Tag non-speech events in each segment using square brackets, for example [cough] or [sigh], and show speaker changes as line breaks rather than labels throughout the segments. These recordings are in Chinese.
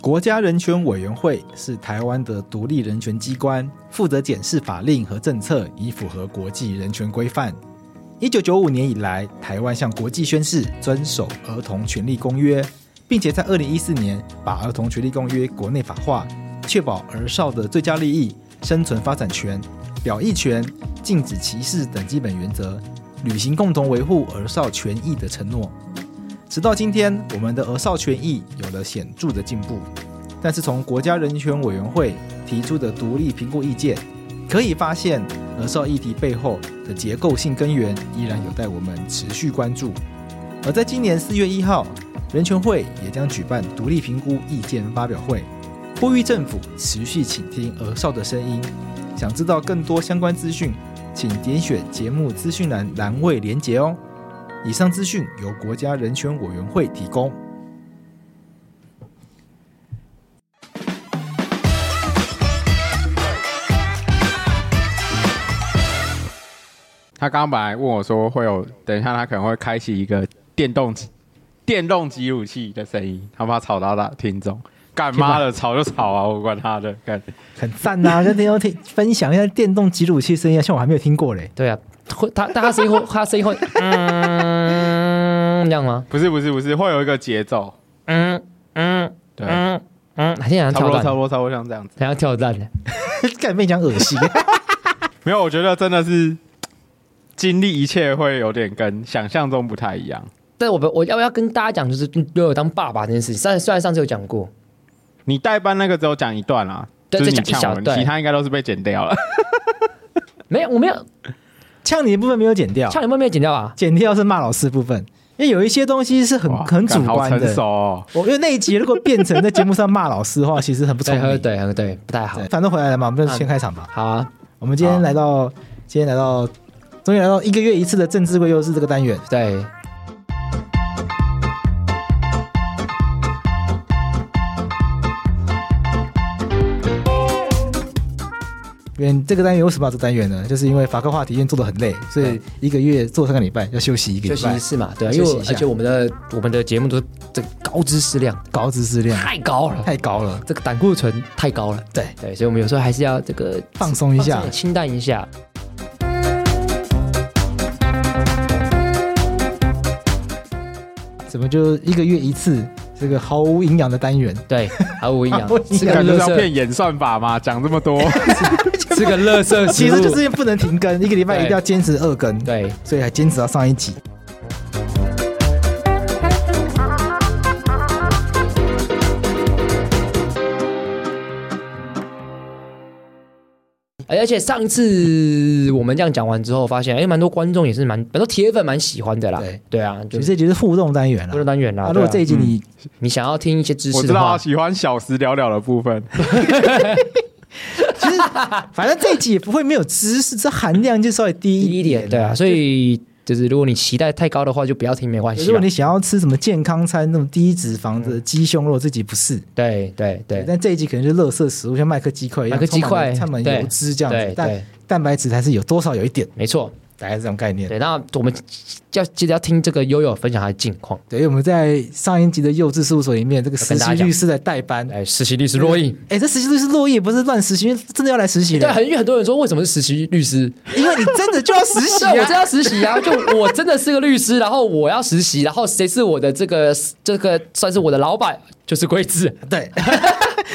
国家人权委员会是台湾的独立人权机关，负责检视法令和政策，以符合国际人权规范。一九九五年以来，台湾向国际宣誓遵守《儿童权利公约》，并且在二零一四年把《儿童权利公约》国内法化，确保儿少的最佳利益、生存发展权、表意权、禁止歧视等基本原则，履行共同维护儿少权益的承诺。直到今天，我们的儿少权益有了显著的进步，但是从国家人权委员会提出的独立评估意见，可以发现儿少议题背后的结构性根源依然有待我们持续关注。而在今年四月一号，人权会也将举办独立评估意见发表会，呼吁政府持续倾听儿少的声音。想知道更多相关资讯，请点选节目资讯栏栏位连结哦。以上资讯由国家人权委员会提供。
他刚刚本来问我说会有，等一下他可能会开启一个电动电动挤乳器的声音，他怕吵到他听众。干妈的吵就吵啊，我管他的。干，
很赞
[laughs]
呐、跟听众听分享一下电动挤乳器声音啊，像我还没有听过嘞。
对啊，会他但他声音会，他声音会，嗯，这样吗？
不是不是不是，会有一个节奏，
嗯嗯
对，
嗯嗯，还想
差不
跳
多差不多
蛋，
差不多像这样子。
想要跳蛋的，
干被你讲恶
[laughs]
心，
没有，我觉得真的是经历一切会有点跟想象中不太一样。
但我们我要我要跟大家讲，就是如果当爸爸这件事情，虽然虽然上次有讲过，
你代班那个只有讲一段啦，
对
就是你
就讲一小
呛我，
段
其他应该都是被剪掉了。
没有我没有，
呛你的部分没有剪掉，
差点没有剪掉啊。
剪掉是骂老师的部分，因为有一些东西是很
哇
很
干
主观
好成熟
的。
哦。
我因为那一集如果变成在节目上骂老师的话，其实很不聪
对，
明。
对，对，对，不太好
对，。反正回来了嘛，我们就先开场吧。
好啊，
我们今天
好
来到，今天来到，终于来到一个月一次的政治归幼稚这个单元。
对，
因为这个单元为什么要这个单元呢？就是因为法科话题院做的很累，所以一个月做三个礼拜，要休息一个
休
礼
息
拜
一，次嘛，对啊，因
休
为
息一
我
下
而且我们的我们的节目都是这个高知识量
高知识量
太高了，
啊太高了，
这个胆固醇太高了，
对
对，所以我们有时候还是要这个
放松一下
放松清淡一下。
怎么就一个月一次这个毫无营养的单元？
对，毫无营养
[laughs] 毫无营，养
吃个
感觉
乐
是要
色，
骗演算法嘛，讲这么多，
吃个乐色，
[laughs] 其实就是因为不能停更，一个礼拜一定要坚持二更，，
对，
所以还坚持到上一集。
而且上一次我们这样讲完之后，发现哎，蛮多观众也是蛮蛮多铁粉蛮喜欢的啦
对，
对啊，
就
就是是
这集是互动单元
多多
了。
单元啦。
啊，
对啊
如果这一集你
你想要听一些知
我
识
知
的
道啊
话，
喜欢小时了了的部
[laughs]
分。
其实反正这一集也不会没有知识，这含量就稍微低
第一
一
点，
点。
对啊，所以就是如果你期待太高的话，就不要听，没关系
如果
啦。
你想要吃什么健康餐，那种低脂肪的鸡胸肉，这集不是。
对对对
但这一集可能是垃圾食物，像麦克鸡块一样，
麦克鸡块
充满了充满了油脂这样
对
子
对，
但
对
蛋白质还是有多少有一点，
没错，
大概是这种概念。
对，那我们要记得要听这个悠悠分享他的近况。
对，因为我们在上一集的幼稚事务所里面，这个实
跟大
习
家讲
律师在代班。
哎，实习律师洛毅，
哎，这实习律师落叶不是乱实习，因为真的要来实习
对，啊
的，
很因为很多人说为什么是实习律师？
因为你真的就要实习
对，我真 [laughs]
啊。
要实习啊！就我真的是个律师，然后我要实习，然后谁是我的这个这个算是我的老板，就是桂智。
对，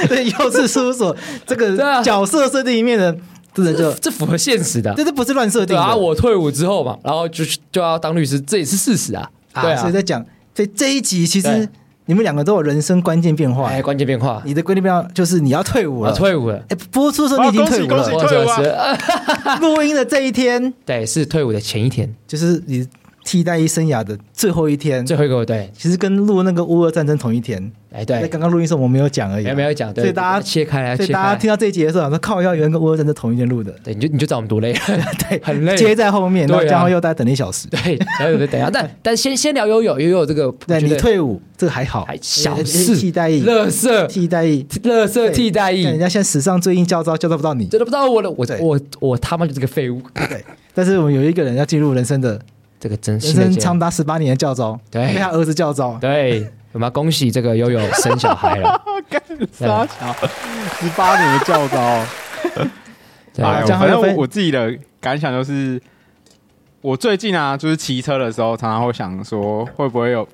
对， [laughs] 幼稚事务所这
啊对啊
个角色设定里面的，真的就
这符合现实的。
这这不是乱设
对
定
啊，
的。
我退伍之后嘛，然后就就要当律师，这也是事实啊。对
所
啊
以，在讲这这一集，其
对
实你们两个都有人生关键变化
哎，。关键变化，
你的关键变化就是你要退伍
我
了。
退伍了，
哎，播出的时候你已经
啊
退
恭喜
伍
恭
了
喜。
我
退伍啊
是
[laughs]
呃
录音的这一天，
对，是退伍的前一天，
就是你替代役生涯的最后一天，
最后一个我对，
其实跟录那个乌俄战争同一天。
哎
在
对，
刚刚录音的时候我们没有讲而已
没
啊，
有没有讲，对，
所以大家
切开来，
所以
切
大家
开
听
来，
到这一节的时候，想说靠，要原跟乌俄战争同一天录的，
对，你就你就知道我们多累了，对，很累，
接在后面，然后
对啊
然后又大家等了一小时。
对，对对，等一下，但但先先聊悠悠，悠悠这个，
对
我觉
你
得
退伍，这个还好
还，小
因为
事，
替代役，
乐色，
替代役，
乐色替代
但人
役，
家现在史上最硬教招，教招不到你。
真的不知道我的，我
对
我我他妈就是个废物，
对，但是我们有一个人要进入人生的
这个真
人
心的
生
阶段
长达十八年的教招，
对
被他儿子教招，
对，我们要恭喜这个悠悠生小孩
[laughs]
了。
干傻小，十八年的教招。
对，
哎
啊
好
呦
这样
反
会分
正我自己的感想就是，我最近啊，就是骑车的时候，常常会想说，会不会有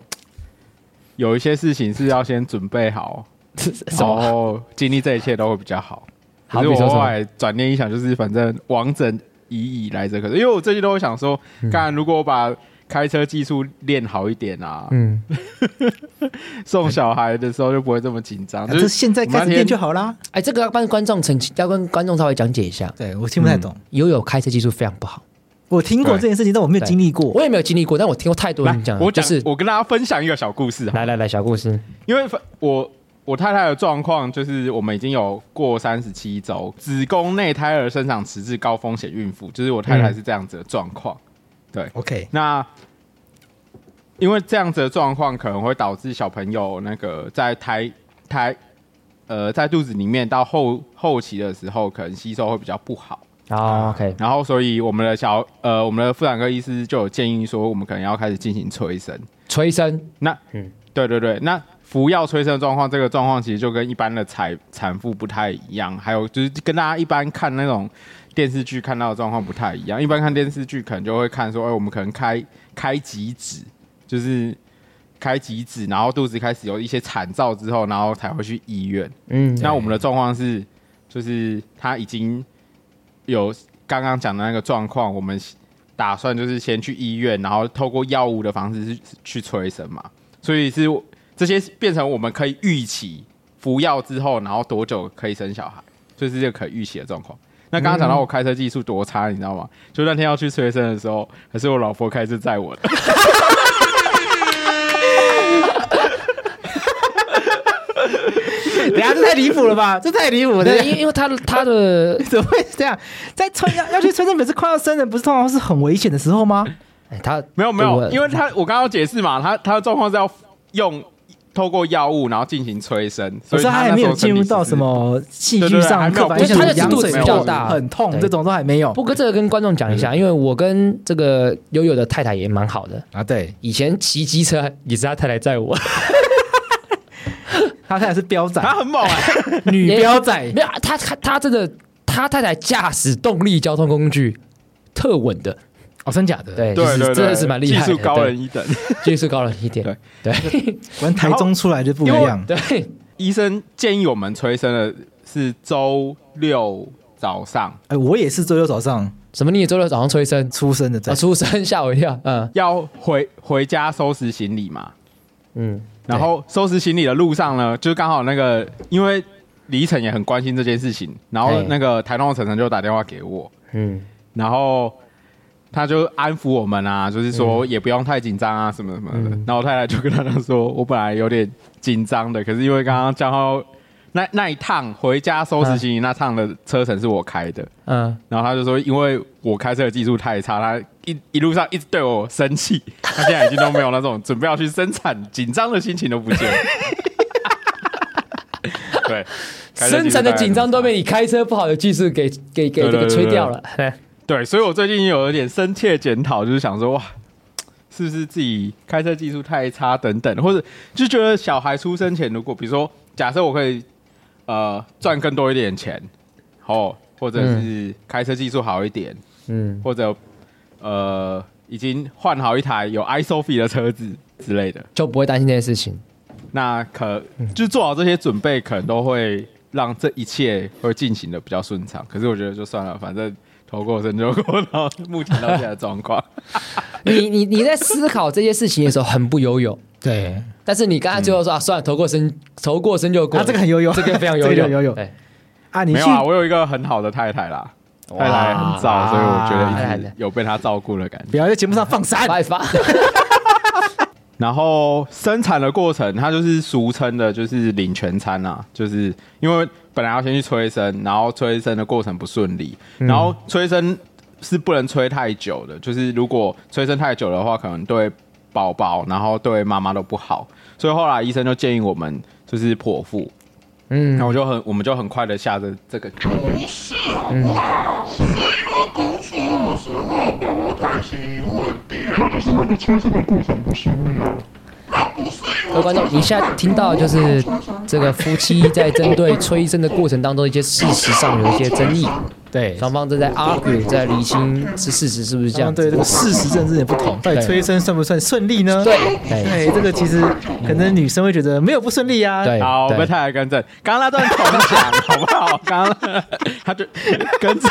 有一些事情是要先准备好，
什
然
么？
后经历这一切都会比较好。
好
可是
比说
我
什
后
么
来转念一想，就是反正王整以以来这个，因为我最近都会想说，
嗯
干、如果我把开车技术练好一点啊，
嗯，
送小孩的时候就不会这么紧张。
啊、这现在开始
练
练就好啦。
哎，这个要帮观众澄清，要跟观众稍微讲解一下，
对我听不太懂，
悠悠开车技术非常不好，
我听过这件事情，但我没有经历过。
我也没有经历过，但我听过太多
来
人讲，，
我
就
讲，
是
我跟大家分享一个小故事好了
来来来，小故事，
因为反我我太太的状况就是我们已经有过三十七周，子宫内胎儿生长迟滞高风险孕妇，就是我太太是这样子的状况。 [laughs]
OK，
那因为这样子的状况可能会导致小朋友那个在胎胎呃在肚子里面到后后期的时候，可能吸收会比较不好。
好，OK，
然后所以我们的小呃我们的妇产科医师就有建议说，我们可能要开始进行催生。
催生，
那
嗯
嗯，对对对，那服药催生的状况，这个状况其实就跟一般的产产妇不太一样，还有就是跟大家一般看那种电视剧看到的状况不太一样。一般看电视剧可能就会看说，哎、我们可能开开几指，就是开几指，然后肚子开始有一些产兆之后，然后才会去医院。
嗯，
那我们的状况是，就是他已经有刚刚讲的那个状况，我们打算就是先去医院，然后透过药物的方式去去催生嘛，所以是这些变成我们可以预期服药之后，然后多久可以生小孩，所以是这个可以预期的状况。那刚刚讲到我开车技术多差，你知道吗？就那天要去催生的时候，还是我老婆开车载我的。
等一下这太离谱了吧？这太离谱了！
对，因为因为他的他的，
[laughs] 怎么会是这样？在催要要去催生，每次快要生了，不是通常是很危险的时候吗？
哎他
没有没
我
有，因为他我刚刚有解释嘛，他他的状况是要用透过药物然后进行催生，
我
所以
说他
他
还没有进入到什么戏剧上刻板印象，羊水很痛这种都还没有
不过这个跟观众讲一
嗯
下，因为我跟这个悠悠的太太也蛮好的，
啊。对，
以前骑机车也是他太太载我，
他太太是彪仔，
他很猛哎、
[laughs] 女彪仔
[laughs] 没有他他他真的他太太驾驶动力交通工具特稳的，
哦，真假的？
对，
对
就是
对对，
真的是蛮厉害的，
技术高人一等。
对，技术高人一点，
对
对
[laughs]
跟台中出来就不一样。
对，
医生建议我们催生的是周六早上，
哎，我也是周六早上
什么你也周六早上催生，
出生的，
啊，
在
出生吓我一跳，嗯
要回回家收拾行李嘛，
嗯，
然后收拾行李的路上呢，就刚好那个因为李晨也很关心这件事情，然后
哎
那个台中的晨晨就打电话给我，
嗯
然后他就安抚我们啊，就是说
嗯
也不用太紧张啊，什么什么的。然后我太太就跟他讲说，我本来有点紧张的，可是因为刚刚叫他那那一趟回家收拾行李那趟的车程是我开的，
嗯，
然后他就说，因为我开车的技术太差，他一一路上一直对我生气，他现在已经都没有那种准备要去生产紧张的心情都不见
[laughs]
了。对，开车技术
生产的
大概
紧张
很
都
差
被你开车不好的技术给给给
对
这个
对
吹
对
掉了，
对，所以我最近有一点深切检讨，就是想说，哇，是不是自己开车技术太差等等，或者就觉得小孩出生前，如果比如说，假设我可以呃赚更多一点钱，哦，或者是开车技术好一点，
嗯，
或者呃已经换好一台有 iSofi 的车子之类的，
就不会担心这件事情。
那可就做好这些准备，可能都会让这一切会进行的比较顺畅。可是我觉得就算了，反正头过身就过到目前到现在的状
[laughs]
况。
你你你在思考这些事情的时候很不悠游，
对，
但是你刚才最后说、啊，算了，头过身头过身就过，
啊，这个很悠悠，
这个非常悠
这
哎游
个悠悠
对，
啊！你
没
去
有啊，我有一个很好的太太啦，
哇
太太很照，所以我觉
太
得一
太
直有被她照顾的感觉。
不要在节目上放闪，
拜发，
然后生产的过程，它就是俗称的，就是领全餐啊，就是因为本来要先去催生，然后催生的过程不顺利，
嗯
然后催生是不能催太久的，就是如果催生太久的话，可能对宝宝，然后对妈妈都不好，所以后来医生就建议我们就是剖腹，
嗯
那我就很我们就很快的下这这个决定
开心，因为第一个就是那个催生的过程不顺利啊。
各位观众，你现在听到的就是这个夫妻在针对催生的过程当中一些事实上有一些争议，
对，
双方正在 argue，在厘清是事实是不是这
这样
样子
对这个事实政治也不同，到底
对
催生算不算顺利呢？
对对
对，这个其实可能女生会觉得没有不顺利啊。
对
好，我
对
们再来更正，刚刚那段重讲好不好？刚刚 [laughs] 他就更正，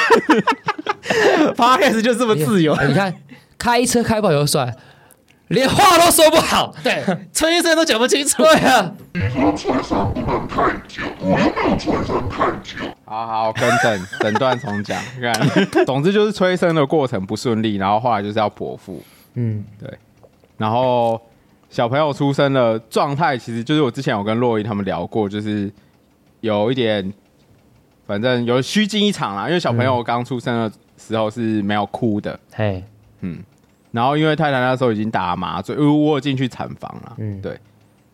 ，Podcast 就这么自由，
你看开车开不好就算，连话都说不好，对
[laughs] 催生都讲不清楚。
对啊，
好好更正，整段重讲。看，总之就是催生的过程不顺利，然后后来就是要剖腹，
[laughs] 嗯，
然后小朋友出生的状态，其实就是我之前有跟洛伊他们聊过，就是有一点，反正有虚惊一场啦。因为小朋友刚出生的时候是没有哭的，
嘿，
然后因为太太那时候已经打麻醉，因为我有进去产房了，
嗯
对，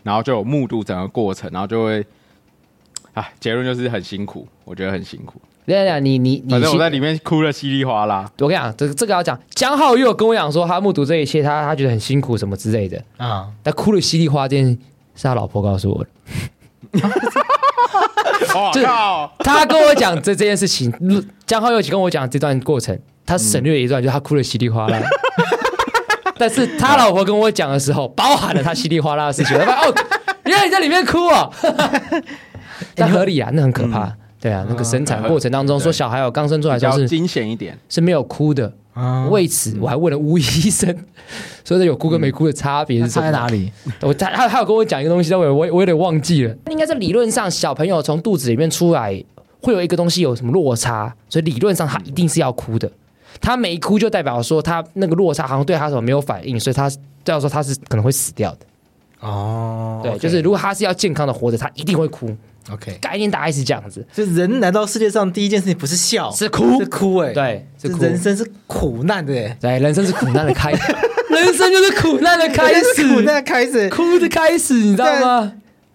然后就有目睹整个过程，然后就会，哎，结论就是很辛苦，我觉得很辛苦。
亮亮，你你你
反正我
先
在里面哭的稀里哗啦，
我跟你讲，这个这个要讲，江浩又有跟我讲说，他目睹这一切，他他觉得很辛苦什么之类的，
啊，
但哭的稀里哗啦，这件事是他老婆告诉我的。
哇
[laughs] 这
哦靠！
他跟我讲这这件事情，江浩又跟我讲这段过程，他省略了一段，就是他哭的稀里哗啦。但是他老婆跟我讲的时候，包含了他稀里哗啦的事情。他说：“哦，原来你在里面哭哦。”但合理啊，那很可怕。对啊，那个生产过程当中，
对
说小孩有刚生出来
比
的
较
时候是
惊险一点，
是没有哭的。
啊
为此，我还问了吴医生， [laughs] 所以有哭跟没哭的差别是什
差
么？
在哪里？
我他他他有跟我讲一个东西，但我我我有点忘记了。应该在理论上，小朋友从肚子里面出来会有一个东西有什么落差，所以理论上他一定是要哭的。他没哭就代表说他那个落差好像对他什么没有反应，所以他这样说他是可能会死掉的。
哦，
对就是如果他是要健康的活着，他一定会哭。
OK。
概念大概是这样子，
所以人来到世界上第一件事情不是笑，
是哭
是哭哎、
对，是
这
哭。
人生是苦难的哎、
对，人生是苦难的开， [laughs] 人生就是苦难的开
人生
始，
是苦难的开始。
哭的开始，你知道吗？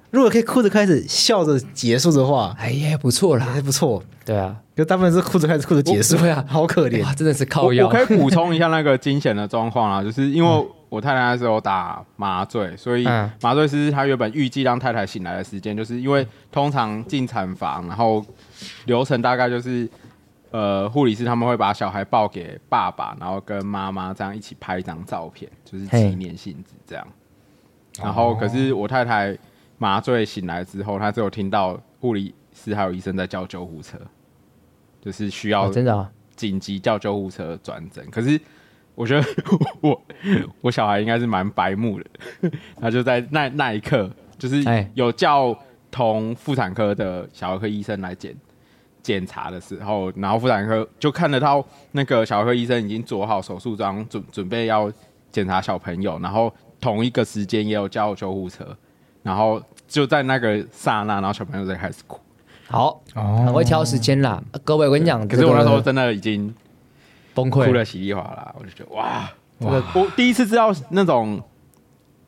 如果可以哭着开始，笑着结束的话，
哎呀，不错啦，
还不错。
对啊，
就大部分是哭着开始，哭着结束
我对啊
好可怜
哇，。真的是
我
靠
我
腰
可。以补充一下那
[laughs]
个惊险的状况啊，就是因为我太太那时候打麻醉，所以
嗯
麻醉师他原本预计让太太醒来的时间，就是因为通常进产房，然后流程大概就是。呃，护理师他们会把小孩抱给爸爸，然后跟妈妈这样一起拍一张照片，就是纪
嘿
念性质这样。
哦
然后可是我太太麻醉醒来之后，她只有听到护理师还有医生在叫救护车，就是需要
哦真的啊、
紧急叫救护车转诊。可是我觉得 [laughs] 我我小孩应该是蛮白目的，他就在那那一刻，就是
哎
有叫同妇产科的小儿科医生来检检查的时候，然后妇产科就看得到那个小儿科医生已经做好手术章，准准备要检查小朋友，然后同一个时间也有叫救护车，然后就在那个刹那，然后小朋友就开始哭。
好，
哦
很会挑时间啦。各位，我跟你讲，
可是我那时候
这个
真的已经
崩
哭
溃
的稀里哗啦，我就觉得哇，
哇
这个我第一次知道那种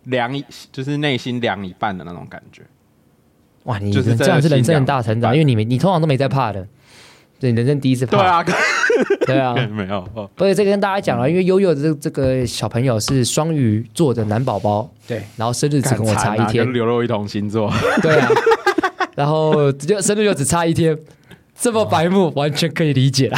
凉一，就是内心凉一半的那种感觉。
哇！你
就是真的
这样是人生很大
信仰
成长，因为你没你通常都没在怕的，对，你人生第一次怕。
对，啊，
对啊。
没有哦，
不是这个跟大家讲了，因为悠悠的这这个小朋友是双鱼座的男宝宝，
对，
然后生日只跟我差
惨
一
啊
天
跟，刘若一同星座，
对啊，然后就生日又只差一天，这么白目完全可以理解啦。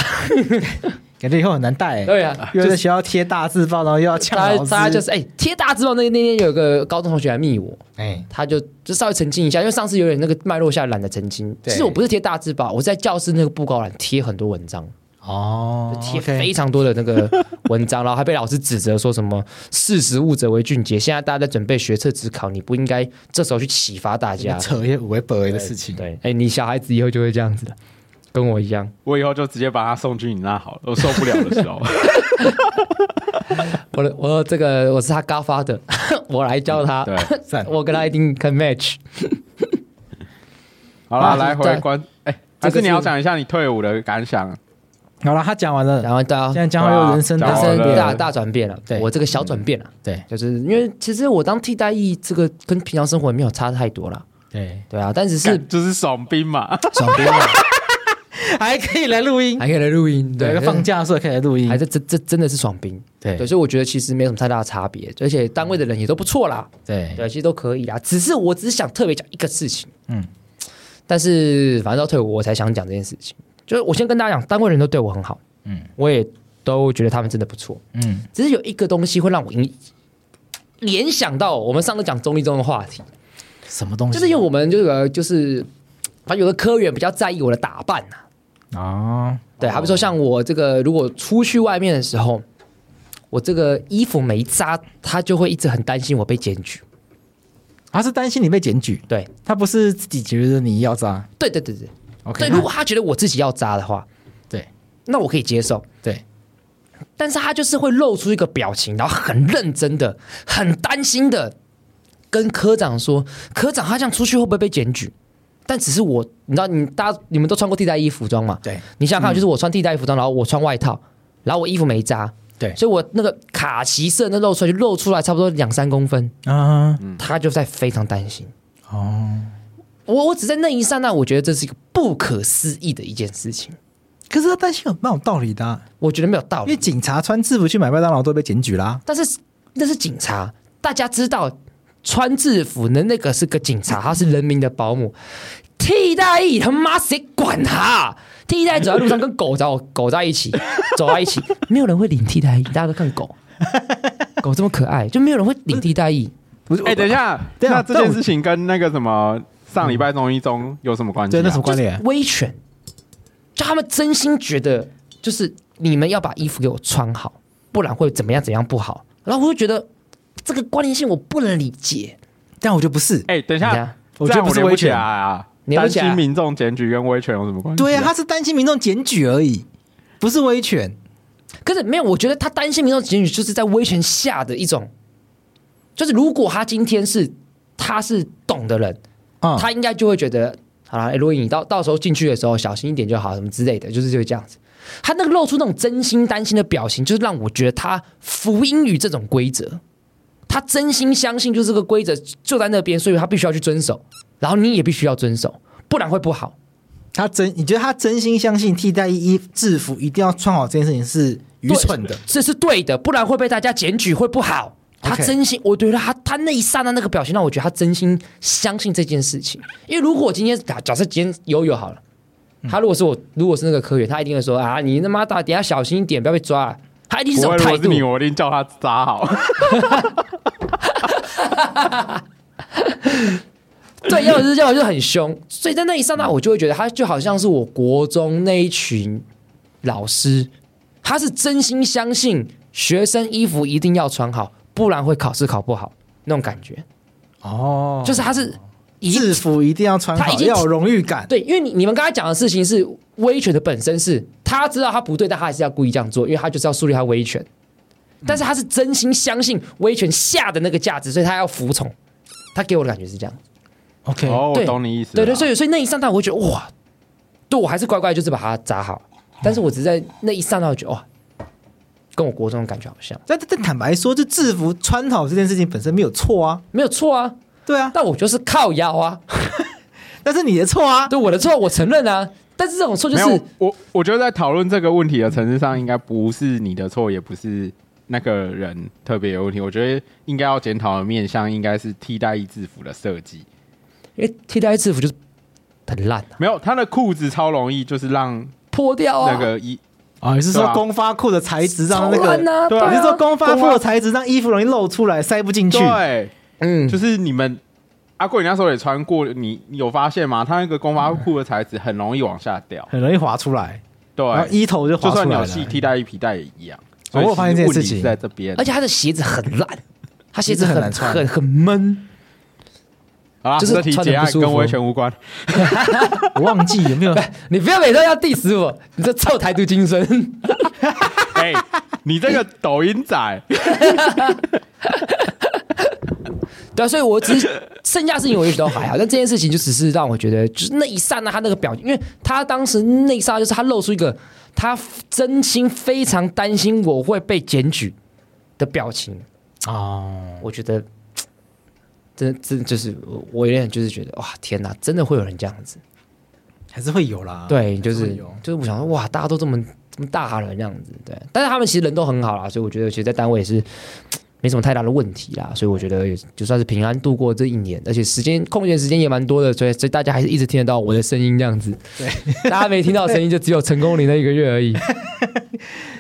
感觉以后很难带、欸。
对啊，
又在学校贴大字报，然后又要呛
大
老
家
师。
大家就是哎贴大字报那那天有个高中同学来密我，
哎，
他就就稍微澄清一下，因为上次有点那个脉络下懒得澄清。其
对
实我不是贴大字报，我在教室那个布告栏贴很多文章，
哦，
贴
OK
非常多的那个 [laughs] 文章，然后还被老师指责说什么“识时务者为俊杰”。现在大家在准备学测只考，你不应该这时候去启发大家。
扯一些五为本为的事情。
对，哎，你小孩子以后就会这样子的，跟我一样。
我以后就直接把他送去你那好了，我受不了的时候，
我的我这个我是他 godfather，我 [laughs] 来教他，
对，
赞
嗯我跟他一定可以 match。
好
啊
了，来
对
回关，哎，
这
还
个
是你
是
要讲一下你退伍的感想，
好了，他讲完了
然，后大
现
家
在江浩又人生
对
人
大
啊
生
好了
大大转变了，
对
我这个小转变了。
对
就是因为其实我当替代役，这个跟平常生活也没有差太多啦，
对，啊
对啊，但只是 [laughs]
干就是爽兵嘛，
爽兵了，还可以来录音，
还可以来录音，对，
放假的时候可以来录音
还，是这这真的是爽兵。
对
对，所以我觉得其实没什么太大的差别，而且单位的人也都不错啦，
对
对，其实都可以啦。只是我只是想特别讲一个事情，
嗯
嗯，但是反正到退伍我才想讲这件事情。就是我先跟大家讲，单位人都对我很好，
嗯
嗯，我也都觉得他们真的不错。
嗯，
只是有一个东西会让我联联想到我们上次讲中立中的话题，
什么东西？啊
就是因为我们这个就是，反正有的科员比较在意我的打扮呐、
啊，
对，好比说像我这个，如果出去外面的时候，我这个衣服没扎，他就会一直很担心我被检举。
他是担心你被检举，
对，
他不是自己觉得你要渣。
对对对对
OK，
对，如果他觉得我自己要扎的话，
对
那我可以接受。
对，
但是他就是会露出一个表情，然后很认真的、很担心的跟科长说：“科长，他这样出去会不会被检举？”但只是我，你知道，你大家你们都穿过替代衣服装嘛？
对，
你想想
嗯
看，就是我穿替代服装，然后我穿外套，然后我衣服没扎，
对
所以我那个卡其色那露出来，就露出来差不多两三公分，
啊，
他就在非常担心。
哦，
我我只在那一刹那，我觉得这是一个不可思议的一件事情，
可是他担心有蛮有道理的啊、
我觉得没有道
因为
理。
警察穿制服去买麦当劳都被检举啦。
但是那是警察，大家知道穿制服的那个是个警察，他是人民的保姆。替代役他妈谁管他啊？替代役走在路上跟狗走， [laughs] 狗在一起走在一起，没有人会领替代役，大家都看狗，狗这么可爱，就没有人会领替代役。
不是，
哎、等一下，
对啊
那这件事情跟那个什么上礼拜中一中有什么关系、
对，
啊？
那什么关
就是
联？
威权，就他们真心觉得，就是你们要把衣服给我穿好，不然会怎么样怎样不好。然后我就觉得这个关联性我不能理解。
但我觉得不是，
哎、等一
等一
下
下，
我觉得不是
这
威
样连不起
权
来啊！
连不
担
起来
心民众检举跟威权有什么关系、
对啊，他是担心民众检举而已，不是威权。
可是没有，我觉得他担心民众检举，就是在威权下的一种，就是如果他今天是他是懂的人，
啊、
他应该就会觉得，好了，欸如果你到到时候进去的时候小心一点就好，什么之类的，就是就是这样子。他那个露出那种真心担心的表情，就是让我觉得他福音于这种规则，他真心相信就是这个规则就在那边，所以他必须要去遵守，然后你也必须要遵守，不然会不好。
他真，你觉得他真心相信替代衣制服一定要穿好这件事情是愚蠢的
对？这是对的，不然会被大家检举，会不好。他
OK
真心我觉得他他那一刹那那个表情让我觉得他真心相信这件事情。因为如果我今天假假设今天悠悠好了，
嗯
他如果是我，如果是那个科员，他一定会说啊，你他妈打，等一下小心一点，不要被抓、啊。他一定是
不
这
会，如
种态
果是
度。
你，我一定叫他扎好。
对，要么就是要么就很凶。所以在那一刹那，我就会觉得他就好像是我国中那一群老师，他是真心相信学生衣服一定要穿好，不然会考试考不好那种感觉。
哦，
就是他是已经
制服一定要穿
他
好，
已经
要有荣誉感。
对，因为你你们刚才讲的事情是威权的本身是他知道他不对，但他还是要故意这样做，因为他就是要树立他威权。但是他是真心相信威权下的那个价值，所以他要服从。他给我的感觉是这样，
OK，、
哦，我
[laughs] 对
懂你意思了。
对对，所以所以那一刹那我会觉得哇，对我还是乖乖就是把它扎好，但是我只是在那一刹那我觉得哇，跟我国中的感觉好像
但但坦白说，这制服穿好这件事情本身没有错啊，
没有错啊， [laughs]
对啊，
但我就是靠腰啊，
但是你的错啊，
对我的错我承认啊，但是这种错就
没
是
有我，我觉得在讨论这个问题的层次上，应该不是你的错，也不是那个人特别有问题。我觉得应该要检讨的面向，应该是替代役制服的设计。
因为替代制服就是很烂啊，
没有，他的裤子超容易就是让
破掉啊，
那个衣
啊，你是说
对啊
工发裤的材质让那
超烂
个？
啊
对
对
啊
你是说工发
工
裤
发
的材质让衣服容易露出来，塞不进去？
对，
嗯，
就是你们阿贵，你那时候也穿过，你你有发现吗？他那个工发裤的材质很容易往下掉，
很容易滑出来，然后
对，
衣头就滑
就
出来
算你
了。
有系替代衣皮带也一样。
哦
所以
我有发现这件事情
其实问题是在这边
而，且他的鞋子很烂，他鞋子很
鞋子很难穿
很很闷。
好啦，
就是
这题
穿得
结
不
案
舒服
跟威权无
[laughs]
关。
[laughs] 我忘记有没有
你不要每次要 diss 我，你这臭台独精神。 [laughs]
哎，你这个抖音仔，
对啊，所以我只是剩下事情我一直都还好，但这件事情就只是让我觉得，就是那一刹那他那个表情，因为他当时那一刹那就是他露出一个他真心非常担心我会被检举的表情，
哦，
我觉得。真真就是我我有点就是觉得哇天哪，真的会有人这样子，
还是会有啦。
对，就
啊还
是
会有
就是我想说，哇，大家都这么这么大了这样子，对。但是他们其实人都很好啦，所以我觉得其实，在单位也是嗯没什么太大的问题啦，所以我觉得也就算是平安度过这一年，而且时间空闲时间也蛮多的，所以所以大家还是一直听得到我的声音这样子。对，大家没听到声音，就只有成功领了一个月
[laughs]
而已，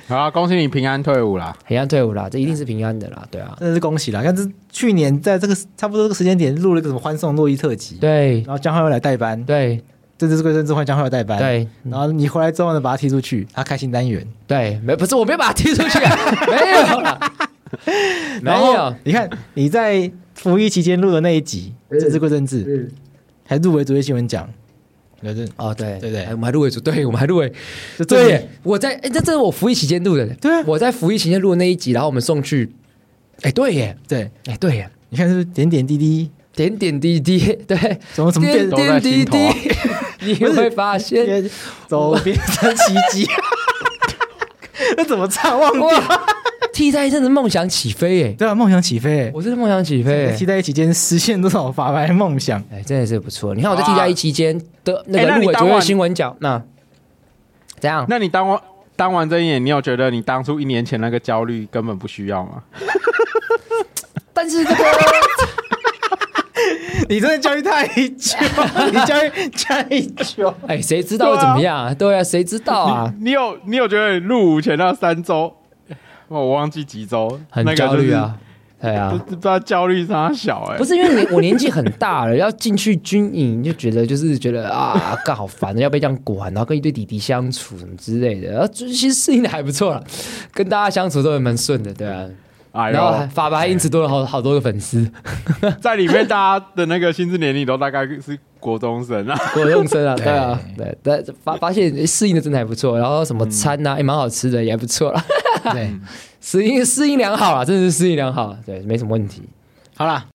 好啦，恭喜你平安退伍啦！
平安退伍啦，这一定是平安的啦，对啊，
真的是恭喜啦！看这去年在这个差不多这个时间点录了一个什么欢送洛伊特辑，
对
然后江浩又来代班，
对
这次是归正之换江浩又代班，。
对
然后你回来之后呢，把他踢出去，他开心单元，
对，没不是我没有把他踢出去、啊，
[laughs]
没有啦，没
然后
有，
你看你在服役期间录的那一集《政治归政治》，还入围卓越新闻奖，对对，
哦，对
对对
哎我们还入围组，对，我们还入围，
就证
对
明
耶，我在，哎，这这是我服役期间录的，
对啊
我在服役期间录的那一集，然后我们送去，哎，对耶，
对，
哎，对耶，
你看是不是点点滴滴，
点点滴 [laughs] 滴，对，
怎么怎么变
点
都在心
点滴
头啊
滴， [laughs] 你会发现，
边走边成奇迹， [laughs] 那怎么唱忘记？
哇，替代一阵子梦想起飞，哎，
对啊，梦想起飞，
我真的梦想起飞，
在
哎
期待期间实现多少法白梦想？
哎，真的是不错。你看我在替代役期间的那
哎那
个
你
入围
当
卓越
晚
新闻奖，那怎样？
那你当完当完这一年，你有觉得你当初一年前那个焦虑根本不需要吗？
但是这个。
[laughs] 你真的教育太 [laughs] 久，你教育太久。
哎，谁知道会怎么样啊？对啊，谁知道啊？
你有你有觉得你入伍前那三周，我忘记几周，
很
那个
焦
就是
虑啊，对
不
啊，
不知道焦虑啥小哎、
不是因为你我年纪很大了，要进去军营就觉得就是觉得啊，干好烦，要被这样管，然后跟一堆弟弟相处什么之类的，然后就其实适应的还不错了，跟大家相处都还蛮顺的，对啊。
哎
然后还
呦，
法白还因此多了好好多个粉丝，
在里面大家的那个心智年龄都大概是国中生啊，
我用真啊，对啊，对，但发发现诶适应的真的还不错，然后什么餐呐、啊、也蛮好吃的，也还不错啦，
对，
适应适应良好啦，真的是适应良好，对，没什么问题。
好啦，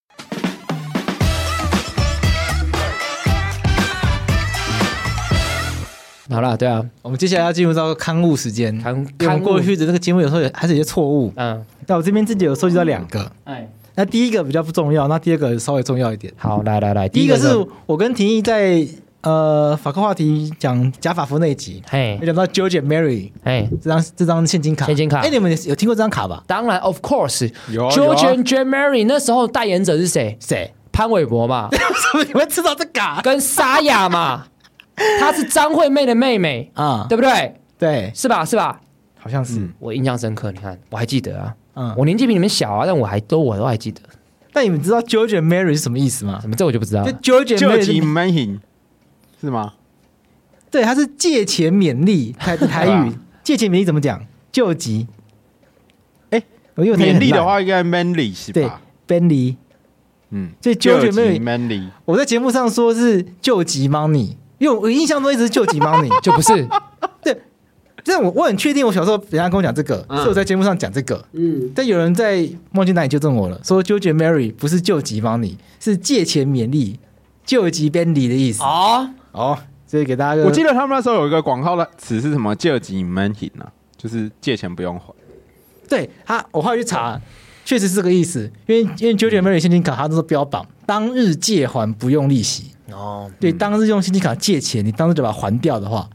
好啦，对啊，
我们接下来要进入到刊物时间。
看
因为我
看
们过去的这个节目有时候有还是有些错误，
嗯，
但我这边自己有收集到两个。
哎，
那第一个比较不重要，那第二个稍微重要一点。
好，来来来，
第一个是
呢，
我跟廷义在呃法科话题讲假法服那一集，
嘿
有，讲到 George and Mary
嘿，
这张这张现金卡。
嗯现金卡
哎，你们有听过这张卡吧？
当然，of course，George
有啊有啊
and j a n Mary 那时候代言者是谁？
谁？
潘玮柏嘛，
为什么你会知道这卡？
跟沙雅嘛，她是张惠妹的妹妹，
啊，
对不对？
对，
是吧？是吧？
好像是。
我印象深刻，你看，我还记得啊。
嗯
我年纪比你们小啊，但我还都我都还记得，
但你们知道 George and Mary 是什么意思吗？
什么这我就不知道
就
了。
George and
就
Mary
请
是
making 是吗？
对，它是借钱勉励台台语借钱勉励怎么讲？救急。
哎
我因为我台语
勉
很
励的
烂
话应该 manly 是
对
吧？
，Benly，
嗯，
所以 George and
就
Mary
请 manly
我在节目上说是救急 money，因为我印象中一直是救急
[laughs]
money。
就不是，
但我我很确定，我小时候人家跟我讲这个，
嗯
所以我在节目上讲这个。嗯，但有人在忘记哪里纠正我了，说 George and Mary 不是救急 money，是借钱勉励、救急 Benly 的意思。
哦，
哦，所以给大家个，
我记得他们那时候有一个广告的词是什么？借钱 making 啊，就是借钱不用还。
对他，我后来去查，确实是这个意思。因为因为
嗯
George and Mary 现金卡，它都是标榜当日借还不用利息。
哦，
对，
嗯
当日用现金卡借钱，你当日就把它还掉的话，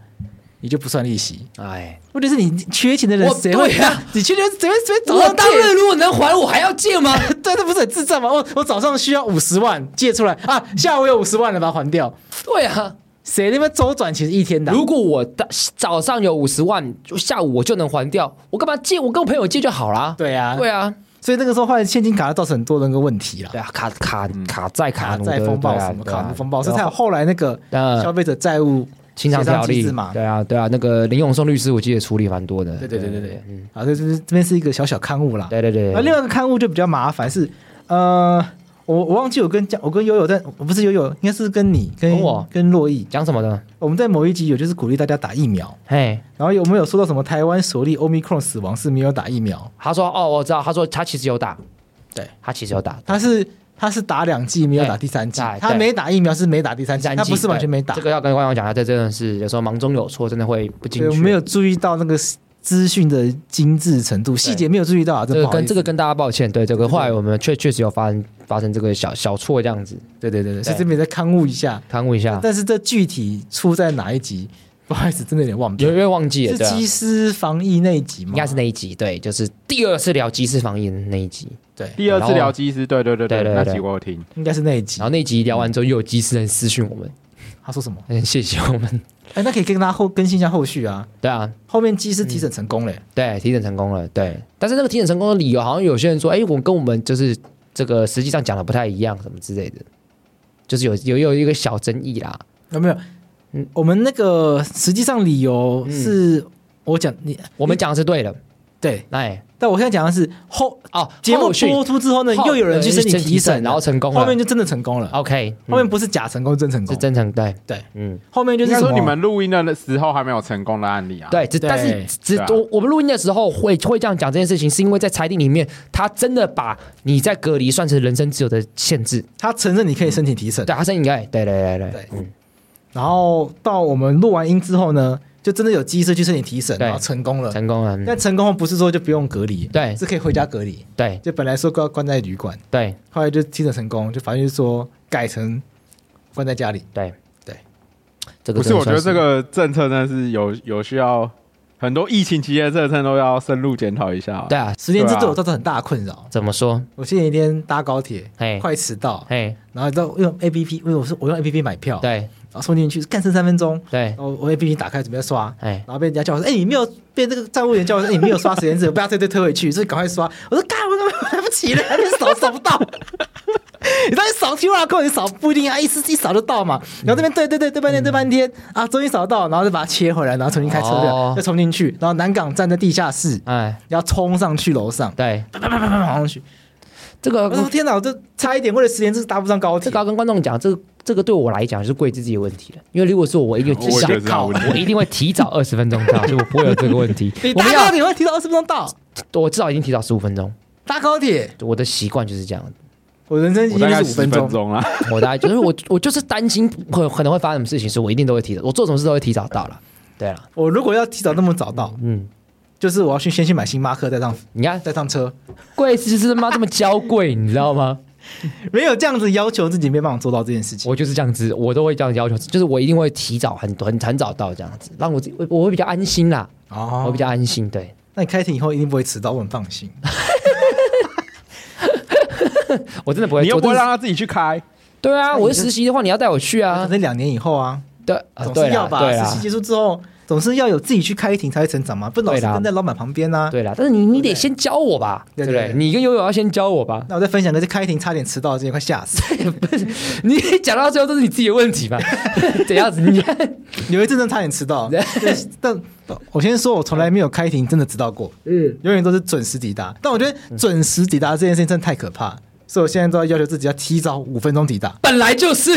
你就不算利息。
哎，
问题是你缺钱的人
我
谁会
对啊？
[laughs] 你缺钱谁会谁会早
我
上
当
借？
日如果能还，我还要借吗？
[laughs] 对，这不是很智障吗？我我早上需要五十万借出来啊，下午有五十万了，把它还掉。
对啊，
谁那边周转其实一天的啊、
如果我的早上有五十万，就下午我就能还掉，我干嘛借？我跟我朋友借就好啦。
对啊，
对啊，
所以那个时候换现金卡造成很多人个问题啦，
对啊，卡卡卡债卡
嗯卡
奴
债
的
风暴
对啊
什么
对啊
卡风暴，
对
所
啊
以才有后来那个
呃
消费者债务
清偿
协商
条
机
例
制嘛。
对啊，对啊，那个林永松律师我记得处理蛮多的。
对对对对对，啊，这就是这边是一个小小刊物啦。
对对对
啊，另外一个刊物就比较麻烦是，呃，我我忘记我跟江，我跟悠悠在，我不是悠悠，应该是跟你跟
跟我
跟洛毅，
讲什么的？
我们在某一集有就是鼓励大家打疫苗，
嘿，
然后有没有说到什么台湾首例 Omicron 死亡是没有打疫苗？
他说哦，我知道，他说他其实有打，
对
他其实有打。
他是他是打两剂没有打第三剂
对，
他
对
没打疫苗是没打第三剂，
三
他
剂
不是完全没
对
打
这。个要跟观众讲一下，这真的是有时候忙中有错，真的会不
对，
精
我
确。
没有注意到那个资讯的精致程度，细节没有注意到啊，
这
这
个
不好意
跟
思
这个跟大家抱歉，对这个后来我们确确实有发生发生这个小小错这样子，
对对对对，所以这边再刊物一下。
刊物一下，
但是这具体出在哪一集，不好意思，真的有点忘
有
记
有。点忘记了，
是
对啊
机师防疫那一集吗？
应该是那一集，对，就是第二次聊机师防疫的那一集，
对，
第二次聊机师，对对对
对
对，
对
那
对
集我有听，
应该是那一集
然。后那一集聊完之后，又有机师人私讯我们，
他说什么？
很谢谢我们， [laughs]
哎，那可以跟大家后更新一下后续啊。
对啊，
后面机师提审成功嘞，
对，体检成功了，对。但是那个体检成功的理由，好像有些人说，哎，我跟我们就是这个实际上讲的不太一样，什么之类的，就是有有有一个小争议啦。
有没有？嗯，我们那个实际上理由是我讲你
嗯我们讲的是对的，
对，
哎，
但我现在讲的是后
哦，
节目
后续
播出之后呢，
后
又有人去申请
呃提
提审了，
然后成功了，
后面就真的成功了。
OK，
后面
嗯
不是假成功，真成功
是。真成对，
对，
嗯，
后面就
应
是
该
什
说
么
你们录音的时候还没有成功的案例啊。
对，只
对
但是只
对啊
我我们录音的时候会会这样讲这件事情，是因为在裁定里面，他真的把你在隔离算成人身自由的限制，
他承认你可以申请提审，
对，他是应该，对对对
对
对，嗯，
然后到我们录完音之后呢，就真的有机师去申请提审，
对
然后成功了。
成功了，嗯
但成功后不是说就不用隔离，
对
是可以回家隔离。
对
就本来说关关在旅馆，
对
后来就提审成功，就法院就说改成关在家里。
对
对，
这个
不是，
真的
我觉得
算
这个政策真的是有有需要，很多疫情期间的政策都要深入检讨一下。
对，啊，
十年制
对啊
对我造成很大的困扰。
怎么说？
我前几天搭高铁
嘿，
快迟到，
哎，
然后到用 A P P，因为我是我用 A P P 买票，
对
然后送进去，干剩三分钟，
对
然，后我 A P P 打开准备要刷，
哎
然后被人家叫我说：“哎、你没有被那个站务员叫我说，哎、你没有刷时间制，我被他推推推回去，所以赶快刷。”我说：“干，我怎么来不及了？你扫扫不到。你到底扫 QR code，你扫不一定啊，一次一扫就到嘛。然后这边对对对对半天对半天、啊，终于扫到，然后就把它切回来，然后重新开车辆，
哦
再冲进去，然后南港站在地下室，
哎，
要冲上去楼上，
对，
啪啪啪啪啪跑上去。
这个
我说：天哪，我这差一点为了时间制搭不上高
这
铁
个。要跟观众讲，这个这个对我来讲就是贵自己的问题了，因为如果是我，我一定
我也觉得是他
我
问题
我一定会提早二十分钟到，所以我不会有这个问题
[laughs] 你。
我
搭
们
高
要
铁会提早二十分钟到，
我至少已经提早十五分钟，
搭高铁，
我的习惯就是这样。
我人生已
我
经
大概
就是五
十分
钟。
钟啊啦。
我大概就是我我就是担心可可能会发生什么事情，所以我一定都会提早，我做什么事都会提早到了。对了，
我如果要提早那么早到，
嗯，
就是我要去先去买星巴克，再上
你看
再上车，
贵是就是他妈这么娇贵，你知道吗？
没有这样子要求自己，没办法做到这件事情。
我就是这样子，我都会这样要求，就是我一定会提早很很很早到这样子，让我自己我我会比较安心啦，
哦
我比较安心。对，
那你开庭以后一定不会迟到，我很放心。
我真的不会，
你又
我
不
真
会
的
让他自己去开，
对啊，
那你
我
就是
实习的话，你要带我去
可
啊。
能两年以后啊，
对，啊
总
对
是
啦
要吧。
对
实
啦
习结束之后，总是要有自己去开庭才会成长嘛，不能老
对
是
啦
跟在老板旁边啊。
对啦，但是你你得先教我吧，
对
对
对
不对？
对
你跟悠悠要先教我吧。
那我再分享一个，这开庭差点迟到的这件，快吓
[laughs]
死！
你 [laughs] 讲到最后都是你自己的问题吧？ [laughs] 怎样子？你看
有一阵真的差点迟到，对但我先说，我从来没有开庭真的迟到过，嗯，永远都是准时抵达。但我觉
嗯
得准时抵达这件事情真的太可怕，所以我现在都要要求自己要提早五分钟抵达。
本来就是，